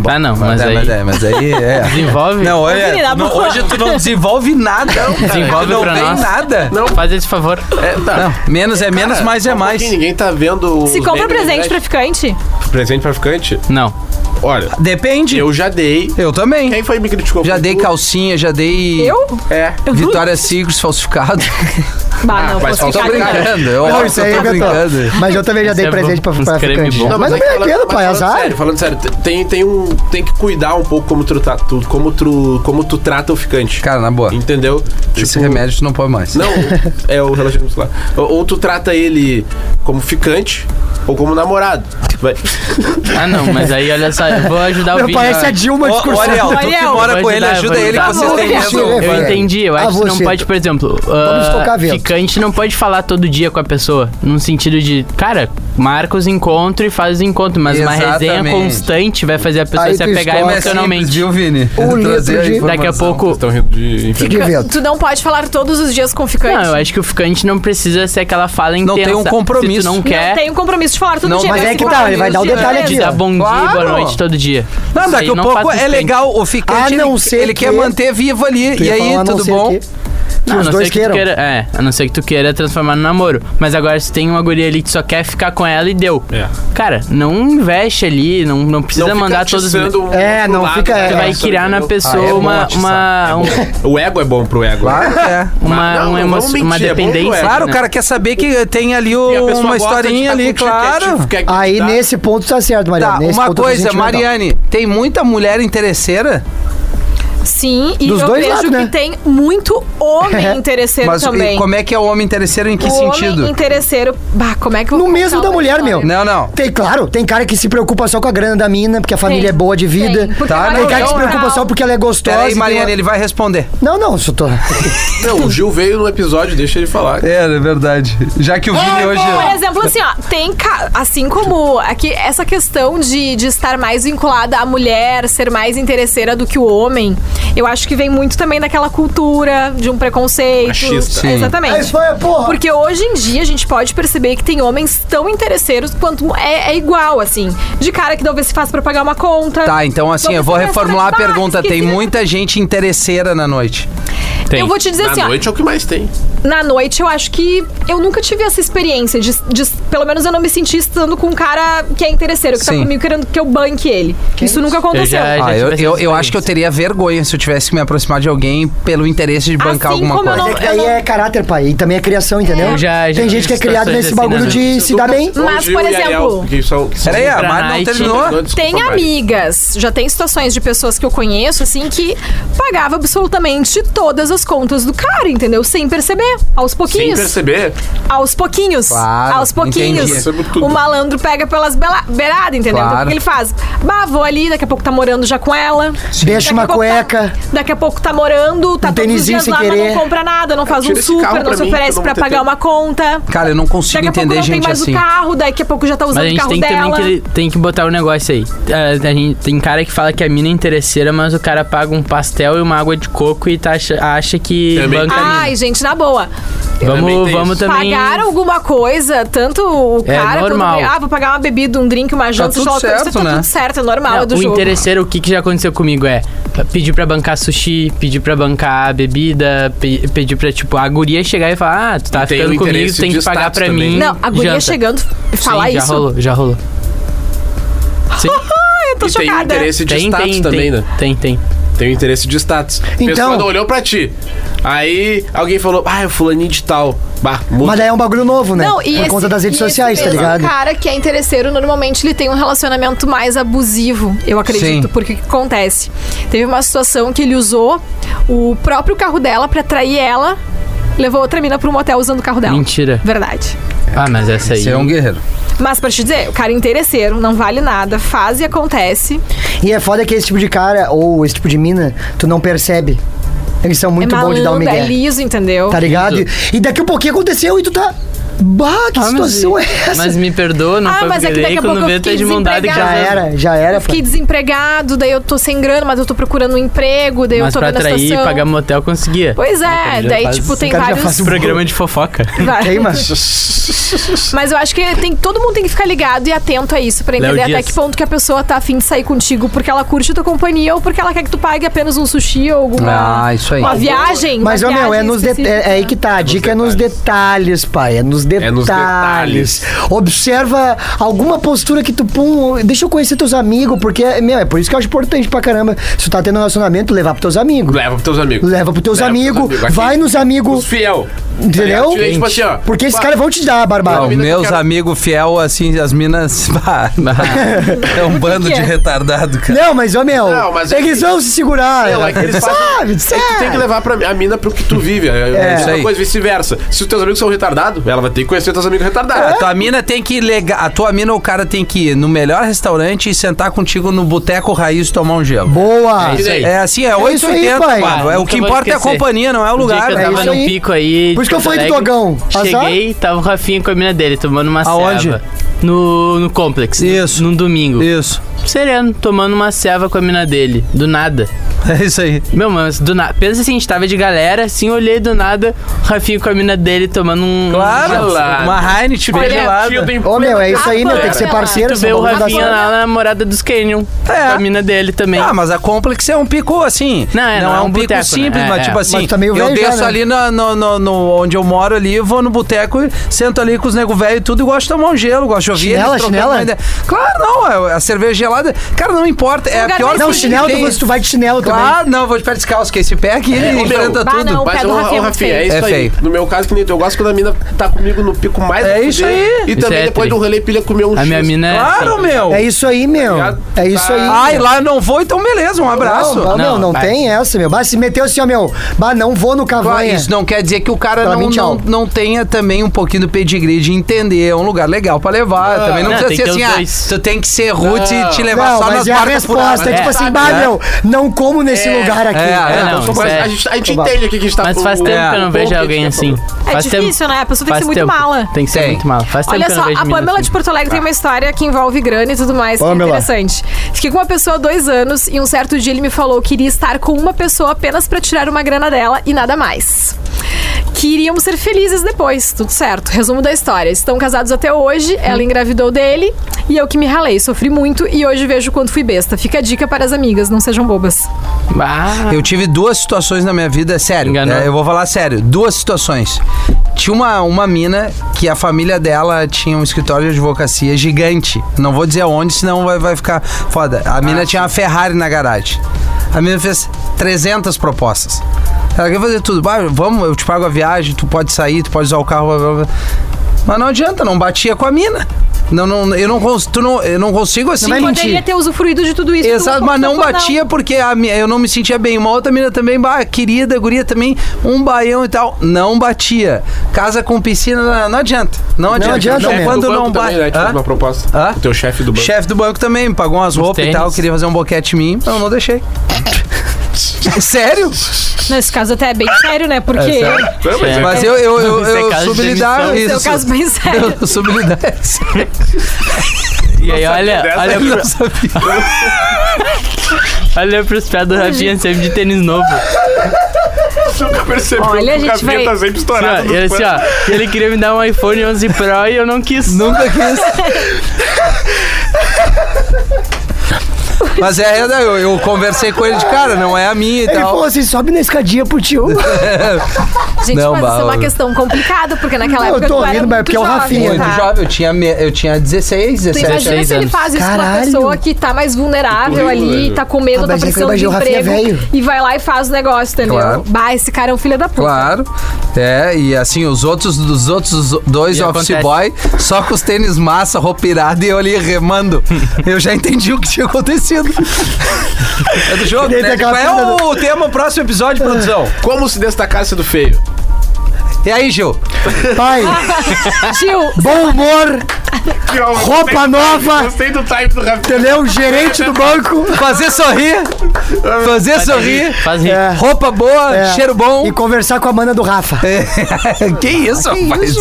S1: bom.
S3: Ah, não, mas
S1: é,
S3: aí-
S1: Mas é, mas aí é.
S3: Desenvolve.
S1: Não,
S2: Mas,
S1: olha,
S2: na
S1: não,
S2: boa.
S1: hoje tu não desenvolve nada. cara.
S3: Desenvolve
S1: Tu não
S3: pra
S1: vem
S3: nós.
S1: nada.
S5: Não,
S3: Faz esse favor.
S5: é, tá.
S1: Não, menos é menos,
S5: Cara,
S1: mais é
S5: só um
S1: mais.
S5: pouquinho, Ninguém tá vendo.
S2: Se
S5: os
S2: compra
S5: memes,
S2: presente pra
S5: né?
S2: ficante,
S5: Presente pra ficante?
S3: Não.
S5: Olha,
S1: Depende.
S5: eu já dei.
S1: Eu também.
S5: Quem foi que me criticou?
S1: Já
S5: Foi
S1: dei
S5: tu.
S1: calcinha, já dei.
S2: eu?
S5: É.
S1: Vitória Secrets falsificado.
S2: Bah,
S5: Ah,
S2: não,
S5: mas
S2: vou
S1: Tô
S5: falta
S2: ficar
S5: brincar.
S2: cara.
S1: brincando, eu
S4: Não,
S1: óbvio
S4: isso
S1: que
S4: aí
S1: eu tô
S4: é inventou.
S1: brincando.
S4: Mas eu também já dei
S3: Isso é
S4: presente
S3: bom.
S4: pra,
S3: Uns
S4: pra
S3: creme
S4: ficante.
S3: bom.
S4: Mas, não me
S5: falando-
S4: arrependo, pai,
S5: mas falando
S4: azar.
S5: Sério, falando sério, te- tem, tem um. Tem que cuidar um pouco como tu, tra- tu- como tu, como tu trata o ficante.
S1: Cara, na boa.
S5: Entendeu?
S1: Esse
S5: Tipo,
S1: remédio tu não pode mais.
S5: Não, é o relacionamento muscular. Ou, ou tu trata ele como ficante ou como namorado. Vai.
S3: Ah, não, mas aí olha só, eu vou ajudar o
S4: Meu, é
S3: vídeo.
S4: parece a Dilma
S1: Ô, ô, Ariel, tu
S4: discursando.
S1: que
S2: Ariel,
S1: mora
S3: vou
S1: com ele,
S3: ajudar,
S1: ajuda
S3: vou
S1: ele que
S3: ajudar.
S1: vocês têm
S2: Por
S1: mesmo.
S4: favor.
S3: Eu
S4: É, Vai.
S3: entendi, eu acho
S4: Ah,
S3: que não
S4: você.
S3: pode, por exemplo,
S4: Vamos tocar
S3: uh,
S4: vento.
S3: ficante não pode falar todo dia com a pessoa, num sentido de, cara, marca os encontros e faz os encontros, mas uma resenha
S1: Exatamente.
S3: constante vai fazer a pessoa
S4: Aí
S3: se
S4: tu
S3: apegar
S4: estoura.
S1: É simples,
S3: emocionalmente.
S1: viu, Vini? Trazer a
S4: Um litro de-
S1: informação. então.
S3: Daqui a pouco...
S5: Estão rindo de
S4: Que
S5: inferno.
S4: de vento.
S2: Tu não pode falar todos os dias com o ficante.
S3: Não, eu acho que o ficante não precisa ser aquela fala intensa.
S1: tem um compromisso.
S3: Se tu não
S1: Não
S3: quer,
S2: Não tem um compromisso de falar todo
S1: Não,
S2: dia.
S1: mas
S2: né?
S1: é
S2: Se
S1: que
S2: falar
S1: tá, ele vai
S2: todos
S1: dar
S2: os
S1: o detalhe
S2: dias.
S3: te
S1: aqui,
S3: dar
S1: ó.
S3: bom dia, boa
S1: Claro.
S3: noite todo dia.
S1: Não,
S3: Isso
S1: daqui
S3: aí
S1: a
S3: não
S1: pouco
S3: faz
S1: é
S3: ficante.
S1: legal o ficante,
S4: A não
S1: ele,
S4: ser
S1: ele quer
S4: que-
S1: manter vivo ali.
S4: Tu
S1: E
S4: ia falar,
S1: aí,
S4: a não
S1: tudo
S4: ser
S1: bom?
S4: que- Que
S3: Não, a
S4: os
S3: não
S4: dois
S3: ser que tu
S4: queiram.
S3: queira, é, a não ser que tu queira transformar no namoro. Mas agora se tem uma guria ali que só quer ficar com ela e deu.
S5: É.
S3: Cara, não investe ali, não, não precisa mandar todos... Tu
S5: um
S4: É, não fica- é,
S3: vai criar na pessoa
S1: Ah, é bom
S3: uma,
S1: atiçar.
S3: uma, um-
S5: O ego é bom pro ego.
S1: Claro que é.
S3: uma,
S5: Não,
S3: uma,
S5: não
S3: emo-
S5: vamos mentir,
S3: uma
S5: é bom pro
S3: dependência.
S5: ego.
S1: Claro, o
S3: né?
S1: cara quer saber que tem ali o-
S5: E a pessoa
S1: uma
S5: gosta de tá estar
S1: historinha ali,
S5: contigo, quer
S1: claro.
S5: te- quer te
S4: Aí
S5: dar-
S4: nesse ponto tá certo,
S1: Tá,
S4: Mariana. Nesse
S1: uma
S4: ponto eu tô
S1: coisa,
S4: sentindo legal.
S1: Mariane, tem muita mulher interesseira,
S2: Sim, e
S4: Dos
S2: eu
S4: dois
S2: vejo
S4: lados,
S2: que
S4: né?
S2: tem muito homem interesseiro
S1: mas e
S2: também.
S1: como é que é o homem interesseiro em que
S2: o
S1: sentido?
S2: homem interesseiro. Bah, como é que eu vou
S4: No mesmo
S2: contar
S4: da
S2: uma
S4: mulher,
S2: história?
S4: meu.
S1: Não, não.
S4: Tem, claro, tem cara que se preocupa só com a grana da mina, porque a família
S2: Tem,
S4: é boa de vida.
S2: tem, porque
S1: Tá,
S2: a
S1: não,
S4: Tem
S2: Mariana
S4: cara que se
S2: é
S4: preocupa
S2: moral.
S4: só porque ela é gostosa.
S1: Peraí,
S4: tem
S1: Mariana,
S4: uma-
S1: ele vai responder.
S4: Não, não, só tô.
S5: Não, o Gil veio no episódio, deixa ele falar.
S1: É, é verdade. Já que o Vini hoje.
S2: Por exemplo, assim, ó, tem ca- assim como aqui essa questão de, de estar mais vinculada à mulher, ser mais interesseira do que o homem, Eu acho que vem muito também daquela cultura de um preconceito.
S5: Machista.
S1: Sim.
S4: É
S2: Exatamente.
S4: isso aí, porra.
S2: Porque hoje em dia a gente pode perceber que tem homens tão interesseiros quanto é, é igual, assim. De cara que talvez se faça pra pagar uma conta.
S1: Tá, então assim,
S2: Vamos
S1: eu vou
S2: começar
S1: reformular a
S2: de baixo,
S1: pergunta.
S2: que
S1: Tem
S2: se-
S1: muita gente interesseira na noite.
S3: Tem.
S2: Eu vou te dizer
S5: Na
S2: assim, ó.
S5: noite é o que mais tem.
S2: na noite, eu acho que eu nunca tive essa experiência de, de- pelo menos eu não me senti estando com um cara que é interesseiro, que
S1: Sim.
S2: tá comigo querendo que eu banque ele. Isso nunca aconteceu.
S3: já-
S1: Ah,
S3: tive
S1: eu,
S3: essa
S1: eu, eu acho que eu teria vergonha se eu tivesse que me aproximar de alguém pelo interesse de bancar
S2: Assim
S1: alguma
S2: como eu
S1: coisa.
S4: É que daí
S2: não-
S4: é caráter, pai. E também é criação, entendeu?
S3: Eu já- já
S4: Tem gente que é
S3: tive
S4: criado
S3: situações
S4: nesse
S3: assim,
S4: bagulho
S3: né?
S4: de se dar bem.
S2: Mas,
S5: Gil
S2: por
S5: e Ariel,
S2: exemplo-
S5: que são- que são-
S1: Peraí, a
S3: Pra
S1: Mari não
S3: night.
S1: terminou?
S5: Desculpa,
S2: Tem
S5: Mari.
S2: amigas, já tem situações de pessoas que eu conheço, assim, que pagava absolutamente todas as contas do cara, entendeu? Sem perceber, aos
S5: Sem
S2: pouquinhos.
S5: perceber.
S2: Aos pouquinhos.
S1: Claro,
S2: aos pouquinhos.
S5: entendi. Percebo tudo.
S2: O malandro pega pelas bela- beiradas, entendeu? Então,
S1: Claro.
S2: o que ele faz? Bah, vou ali, daqui a pouco tá morando já com ela.
S4: Deixa
S2: Daqui
S4: uma
S2: a pouco tá-
S4: cueca.
S2: daqui a pouco tá morando, tá
S4: Um
S2: todos os
S4: tênisinho
S2: dias
S4: sem
S2: lá, mas
S4: querer.
S2: não compra nada, não faz um
S5: Tira esse carro
S2: super, não
S5: pra
S2: se
S5: mim, que eu
S2: oferece
S5: não
S2: pra
S5: vou ter
S2: pagar
S5: tempo.
S2: uma conta.
S1: Cara, eu não consigo
S2: Daqui a pouco
S1: entender
S2: não tem
S1: gente
S2: mais
S1: assim.
S2: o carro, daqui a pouco já tá usando
S3: Mas a
S2: o
S3: gente
S2: carro
S3: tem
S2: dela.
S3: também que, ele- tem que botar o negócio aí. Ah, A, a gente, tem cara que fala que a mina é interesseira, mas o cara paga um pastel e uma água de coco e tá, acha, acha que
S5: Também
S3: banca a mina.
S2: Ai, gente, na boa.
S5: também
S3: Vamos,
S5: tem
S3: vamos
S5: isso.
S3: um também.
S2: Pagar alguma coisa, tanto o
S3: É
S2: cara quanto
S3: normal.
S2: o- Ah, vou pagar uma bebida, um drink, uma janta,
S1: tudo
S2: sei lá, outra
S1: certo,
S2: coisa, tá
S1: né?
S2: tudo certo, é normal,
S3: Não,
S2: é do
S3: o
S2: jogo.
S3: interesseiro, o que, que já aconteceu comigo é pedir pra bancar sushi, pedir pra bancar bebida, pe- pedir pra, tipo, a guria chegar e falar: Ah, tu tá
S5: E tem
S3: ficando
S5: o
S3: comigo,
S5: interesse
S3: tu tem
S5: de
S3: que pagar
S5: status
S3: pra
S5: também. né?
S3: mim.
S2: Não, a guria
S3: Hum, janta."
S2: chegando falar
S3: Sim, já
S2: isso.
S3: rolou, já rolou. Sim,
S2: Eu tô
S5: E tem o
S2: chocada.
S5: interesse de
S3: tem,
S5: status
S3: tem,
S5: também,
S3: tem,
S5: né?
S3: tem, tem.
S5: Tem o interesse de status. A pessoa
S4: Então-
S5: não olhou pra ti. Aí alguém falou, ah, é o fulaninho de tal. Bah,
S4: Mas
S5: muito.
S4: daí é um bagulho novo, né?
S2: Não, e
S4: Por
S2: esse-
S4: conta das redes
S2: e esse
S4: sociais, tá
S2: mesmo
S4: ligado?
S2: cara que é interesseiro, normalmente ele tem um relacionamento mais abusivo, eu acredito,
S1: Sim.
S2: porque o que acontece? Teve uma situação que ele usou o próprio carro dela pra trair ela, levou outra mina pra um motel usando o carro dela.
S3: Mentira.
S2: Verdade.
S3: Ah, mas essa aí.
S1: Você é um guerreiro.
S2: Mas pra te dizer, o cara é interesseiro, não vale nada, faz e acontece.
S4: E é foda que esse tipo de cara, ou esse tipo de mina, tu não percebe. Eles são muito
S2: é
S4: bons de dar um
S2: malandro,
S4: migué.
S2: é liso, entendeu?
S4: Tá ligado? E daqui a pouquinho aconteceu e tu tá. Bah, que
S3: Ah, mas-
S4: situação é essa?
S3: Mas me perdoa, não
S2: Ah,
S3: foi
S2: mas é que
S3: porque
S2: daqui a
S3: quando
S2: pouco eu
S3: vê, tá
S2: fiquei
S3: de mão dada que
S4: Já
S2: desempregada.
S4: era, já era.
S2: Eu fiquei desempregado, daí eu tô sem grana, mas eu tô procurando um emprego, daí
S3: Mas
S2: eu tô
S3: pra
S2: vendo a
S3: atrair e
S2: situação.
S3: pagar motel, conseguia.
S2: Pois é,
S3: cara já
S2: daí
S3: faz-
S2: tipo tem
S4: cara já
S2: vários
S4: faz um
S3: Programa de fofoca.
S2: vai-
S4: Tem, mas.
S2: Mas eu acho que tem, todo mundo tem que ficar ligado e atento a isso pra entender
S3: Léo
S2: até
S3: Dias.
S2: que ponto que a pessoa tá afim de sair contigo porque ela curte a tua companhia ou porque ela quer que tu pague apenas um sushi ou alguma
S1: Ah, isso aí.
S2: uma viagem.
S4: Mas,
S2: uma
S4: ô, meu, é,
S2: viagem
S4: nos de-
S2: específica.
S4: é, é aí que tá. A dica é nos detalhes, pai. É nos detalhes.
S5: nos detalhes.
S4: Observa alguma postura que tu. Pum, deixa eu conhecer teus amigos, porque, meu, é por isso que eu acho importante pra caramba. Se tu tá tendo um relacionamento, levar pros teus amigos.
S5: Leva pros teus amigos.
S4: Leva pros teus
S5: Leva pros
S4: amigos,
S5: amigos. Aqui-
S4: vai nos
S5: Os
S4: amigos,
S5: fiel.
S4: entendeu?
S5: Aí, Tipo assim, ó.
S4: Porque esses
S5: bah,
S4: caras vão te dar,
S1: Não,
S4: Barbado.
S5: vida que eu
S1: meus
S5: quero-
S1: amigos fiel, assim, as minas. bah, é um bando de retardado, cara.
S4: Não, mas, ô, meu,
S5: Não, mas é
S4: eles
S5: que-
S4: vão se segurar.
S5: Não, é que eles
S4: Tu
S5: fazem-
S4: sabe, tu
S5: É que tu tem que
S4: sabe.
S5: levar pra, a mina pro que tu vive. É,
S1: isso
S5: uma
S1: aí.
S5: coisa vice-versa. Se os teus amigos são retardados, ela vai ter que conhecer os teus amigos
S1: A
S4: É.
S5: retardados. Então,
S1: tua mina tem que ir legal. A tua mina ou o cara tem que ir no melhor restaurante e sentar contigo no boteco raiz e tomar um gelo.
S4: Boa.
S5: Isso aí.
S1: É assim, é
S4: isso aí,
S1: 880,
S4: pai.
S1: mano. É, o
S3: Nunca
S1: que
S3: vou
S1: importa é a
S3: esquecer.
S1: companhia, não é o
S3: Um dia
S1: lugar.
S3: que eu
S4: é
S3: tava
S4: isso
S3: num
S4: aí.
S3: pico aí.
S4: Por isso
S3: de
S4: que eu
S3: Porto
S4: falei do
S3: Alegre.
S4: dogão.
S3: Cheguei, tava o Rafinha com a mina dele, tomando uma
S1: Aonde?
S3: ceva. No, no complexo.
S1: Isso.
S3: Num domingo.
S1: Isso.
S3: Sereno, tomando uma ceva com a mina dele. Do nada.
S1: É isso aí.
S3: Meu, mas do nada. Pensa assim, a gente tava de galera, assim, olhei do nada, o Rafinha com a mina dele tomando um.
S1: Claro.
S3: um gelado.
S1: Uma Heineken bem
S2: Olha,
S1: gelada.
S5: Tio tem-
S4: Ô, meu, é isso aí, meu. Tem que ser
S2: Cara,
S4: parceiro.
S3: Tu vê
S4: senão
S3: o
S4: não dá
S3: Rafinha
S4: certo.
S3: lá na namorada dos Canyon.
S1: É.
S3: Com a mina dele também.
S1: Ah, mas a Complex é um pico assim.
S3: Não, é, não, é
S1: um
S3: um
S1: pico
S3: boteco, né?
S1: simples,
S3: É,
S1: mas
S3: é.
S1: tipo assim.
S4: Mas tá meio
S1: eu
S4: velho já,
S1: desço
S4: né?
S1: ali na- no, no- no- onde eu moro ali, vou no boteco, e sento ali com os nego velho e tudo, e gosto de tomar um gelo, gosto de ouvir.
S4: Chinela,
S1: eles trocando
S4: chinela?
S1: uma ideia. Claro, não. é- A cerveja gelada. Cara, não importa. É a
S2: Lugar
S1: pior
S2: bem
S4: Não,
S1: coisa que
S4: chinelo,
S1: tem.
S4: tu, tu vai de chinelo também.
S1: Claro, não, vou de pé descalço, que é esse pé aqui
S3: É,
S1: ele
S5: ô, meu,
S1: enfrenta
S2: bah,
S1: tudo.
S2: não, o
S5: Mas
S2: pé
S5: o
S2: do Rafinha é muito
S5: Rafinha,
S2: feio.
S5: é isso
S1: É
S5: aí.
S1: feio.
S5: No meu caso, que nem tu, eu gosto quando a mina tá comigo no pico mais
S1: É
S5: a
S1: isso
S5: fuder.
S1: aí.
S5: E
S3: Isso
S5: também
S3: é
S5: depois
S3: tri.
S5: do rolê pilha comer um
S3: a minha
S5: X.
S3: mina. é
S1: Claro,
S3: assim.
S1: meu.
S4: É isso aí, meu.
S5: ligado?
S4: É isso aí.
S1: Ai,
S4: meu.
S1: lá não vou, então beleza, um abraço.
S4: Não, bah, meu,
S3: Não,
S4: não
S3: vai.
S4: tem essa, meu. Bah, se meteu assim, ó, meu. Bah, não vou no
S1: Claro,
S4: Cavanha.
S1: isso não quer dizer que o cara
S4: Pra
S1: não,
S4: mim, tchau.
S1: não, não tenha também um pouquinho do pedigree de entender. É um lugar legal pra levar. também não,
S3: Não, Ah, é, tem
S1: precisa
S3: que
S1: ser assim,
S3: ter os
S1: ah,
S3: dois.
S1: tu tem que ser root e te levar
S4: Não,
S1: só nas
S4: mas é a
S1: barcas
S4: resposta. É
S1: furadas.
S4: tipo assim, bah, meu, não como como nesse
S5: É.
S4: lugar aqui.
S1: né? É, é,
S5: Então,
S3: não,
S5: só
S3: isso
S5: pra-
S3: é-
S5: a gente, a gente
S4: Oba.
S5: entende o que que a gente tá
S3: Mas faz
S5: o-
S3: tempo
S1: é,
S3: que eu
S2: Um
S3: não
S5: o
S3: vejo
S5: ponto
S3: alguém
S5: que a gente
S3: assim.
S5: tá falando.
S2: É
S3: Faz
S2: difícil,
S3: tempo-
S2: né? A pessoa tem que
S3: faz
S2: ser muito
S3: tempo.
S2: mala.
S3: Tem que ser
S1: Tem.
S3: muito mala. Faz tempo
S2: Olha
S3: que eu
S2: só,
S3: não vejo
S2: a
S3: mina
S2: Pamela
S3: assim.
S2: de Porto Alegre
S1: Tá.
S2: tem uma história que envolve grana e tudo mais, que é
S4: Pamela.
S2: interessante. Fiquei com uma pessoa há dois anos e um certo dia ele me falou que iria estar com uma pessoa apenas pra tirar uma grana dela e nada mais. Que iríamos ser felizes depois, tudo certo. Resumo da história: estão casados até
S1: Uhum.
S2: hoje, ela engravidou dele e eu que me ralei, sofri muito e hoje vejo o quanto fui besta. Fica a dica para as amigas, não sejam bobas.
S3: Ah,
S1: Eu tive duas situações na minha vida, sério.
S3: Enganou.
S1: é, eu vou falar sério. Duas situações. Tinha uma, uma mina que a família dela tinha um escritório de advocacia gigante. Não vou dizer onde, senão vai, vai ficar foda. A mina
S3: Ah,
S1: tinha uma Ferrari na garagem. A mina fez 300 propostas. Ela quer fazer tudo. "Bah, vamos, eu te pago a viagem, tu pode sair, tu pode usar o carro. blá, blá, blá." Mas não adianta, não batia com a mina. Não, não, eu, não, cons- tu não, eu não consigo assim.
S4: vai mentir.
S2: Poderia ter usufruído de tudo isso.
S1: Exato, mas não batia porque a mi- eu não me sentia bem. Uma outra mina também, bah, querida, guria também, um baião e tal. Não batia. Casa com piscina, não, não adianta. Não adianta.
S4: adianta
S1: Então,
S4: mesmo.
S1: Quando
S5: do banco
S1: não
S5: também,
S3: Tipo,
S5: né,
S1: bate.
S5: te fez uma proposta.
S1: Hã?
S5: O teu chefe do banco.
S1: Chefe do banco também, me pagou umas roupas e
S3: tênis.
S1: tal, queria fazer um boquete em mim, eu não deixei. Sério?
S2: Nesse caso até é bem sério, né? Porque.
S1: É sério.
S5: Não, mas é-
S1: Mas eu, eu, eu,
S3: Isso é
S1: eu
S3: caso de
S1: soube lidar
S3: demissão.
S2: Esse é o
S1: isso.
S2: caso bem sério.
S1: Eu soube lidar isso.
S3: e aí, olha,
S5: dessa
S3: olha,
S5: eu
S3: pro,
S1: Não sabia.
S3: olha pros pés do Rafinha sempre de tênis novo.
S5: nunca percebi
S2: Olha, a
S5: que o
S2: gente
S5: Rafinha
S2: vai-
S5: tá sempre
S3: Assim, ó,
S5: estourado.
S3: ele, assim, ó, ele queria me dar um iPhone 11 Pro e eu não quis.
S1: Nunca quis. Mas é, eu, eu conversei com ele de cara, não é a minha e
S4: Ele
S1: tal.
S4: falou assim, sobe na escadinha pro tio.
S2: Gente,
S1: Não,
S2: mas isso é
S1: bah,
S2: uma
S1: eu-
S2: questão complicada, porque naquela
S4: Eu
S2: época
S4: tô
S2: tu era
S4: rindo, mas é
S2: muito
S4: porque é o
S2: jovem,
S4: Rafinha,
S1: Muito
S2: tá?
S1: jovem, eu tinha, me- eu tinha 16,
S2: Tu
S1: 17
S2: imagina
S3: anos.
S2: se ele faz isso com uma
S4: Caralho.
S2: pessoa que tá mais vulnerável
S5: Horrível,
S2: ali,
S5: velho.
S2: tá com medo,
S4: Ah,
S2: tá
S4: mas é que eu
S2: precisando de
S4: imagino o Rafinha
S2: emprego
S4: velho.
S2: e vai lá e faz o negócio, entendeu?
S1: Claro.
S2: Bah, esse cara é um filho da puta.
S1: Claro. É, e assim, os outros dos outros dois
S3: E
S1: office
S3: acontece.
S1: boy, só com os tênis massa, roupa irada e eu ali remando. eu já entendi o que tinha acontecido. é do jogo,
S4: E daí tem
S1: né?
S4: aquela
S1: Qual é
S4: cena
S1: o tema próximo episódio, produção?
S5: Como se destacar sendo feio?
S1: E aí, Gil?
S4: Pai,
S2: Tio,
S4: bom humor, roupa nova,
S5: Gostei do time do Rafinha.
S4: entendeu? né, Gerente do banco.
S1: Fazer sorrir, fazer sorrir,
S3: Faz rir.
S4: É.
S1: roupa boa,
S4: É.
S1: cheiro bom.
S4: E conversar com a mana do Rafa.
S1: É, que isso, rapaz?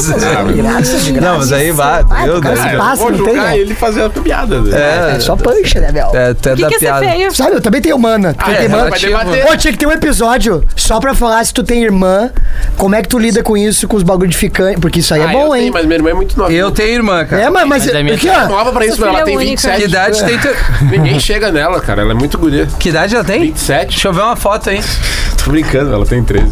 S4: Graças de graça.
S1: Não, mas aí vai.
S4: Vai,
S1: Meu
S4: tu
S1: Deus.
S4: cara,
S5: eu
S1: cara.
S4: passa,
S5: vou
S4: não tem,
S5: julgar
S4: né?
S5: ele fazendo a piada. né?
S1: É,
S4: É só pancha, né, Bel?
S1: é, Ah, até
S2: o que,
S1: da
S2: que é ser
S1: piada.
S2: feio?
S4: Sabe, eu também tenho mana. Tu também
S5: é,
S4: tem
S5: vai
S4: mana.
S5: debater.
S4: Pô, tinha que ter um episódio só pra falar se tu tem irmã, como é que tu lida com isso, com os bagulho de ficante, porque isso aí é
S5: Ah, eu
S4: bom,
S5: tenho,
S4: hein?
S5: mas minha irmã é muito nova.
S1: Eu tenho irmã, cara.
S4: É, mas, mas,
S3: Mas a minha
S4: aqui, ó,
S5: nova pra isso,
S2: Sua
S5: ela
S2: filha
S5: tem
S2: é única.
S5: 27.
S1: Que idade tem tu?
S5: Ninguém chega nela, cara. Ela é muito guria.
S1: Que idade ela tem?
S5: 27?
S1: Deixa eu ver uma foto aí.
S5: Tô brincando, ela tem 13.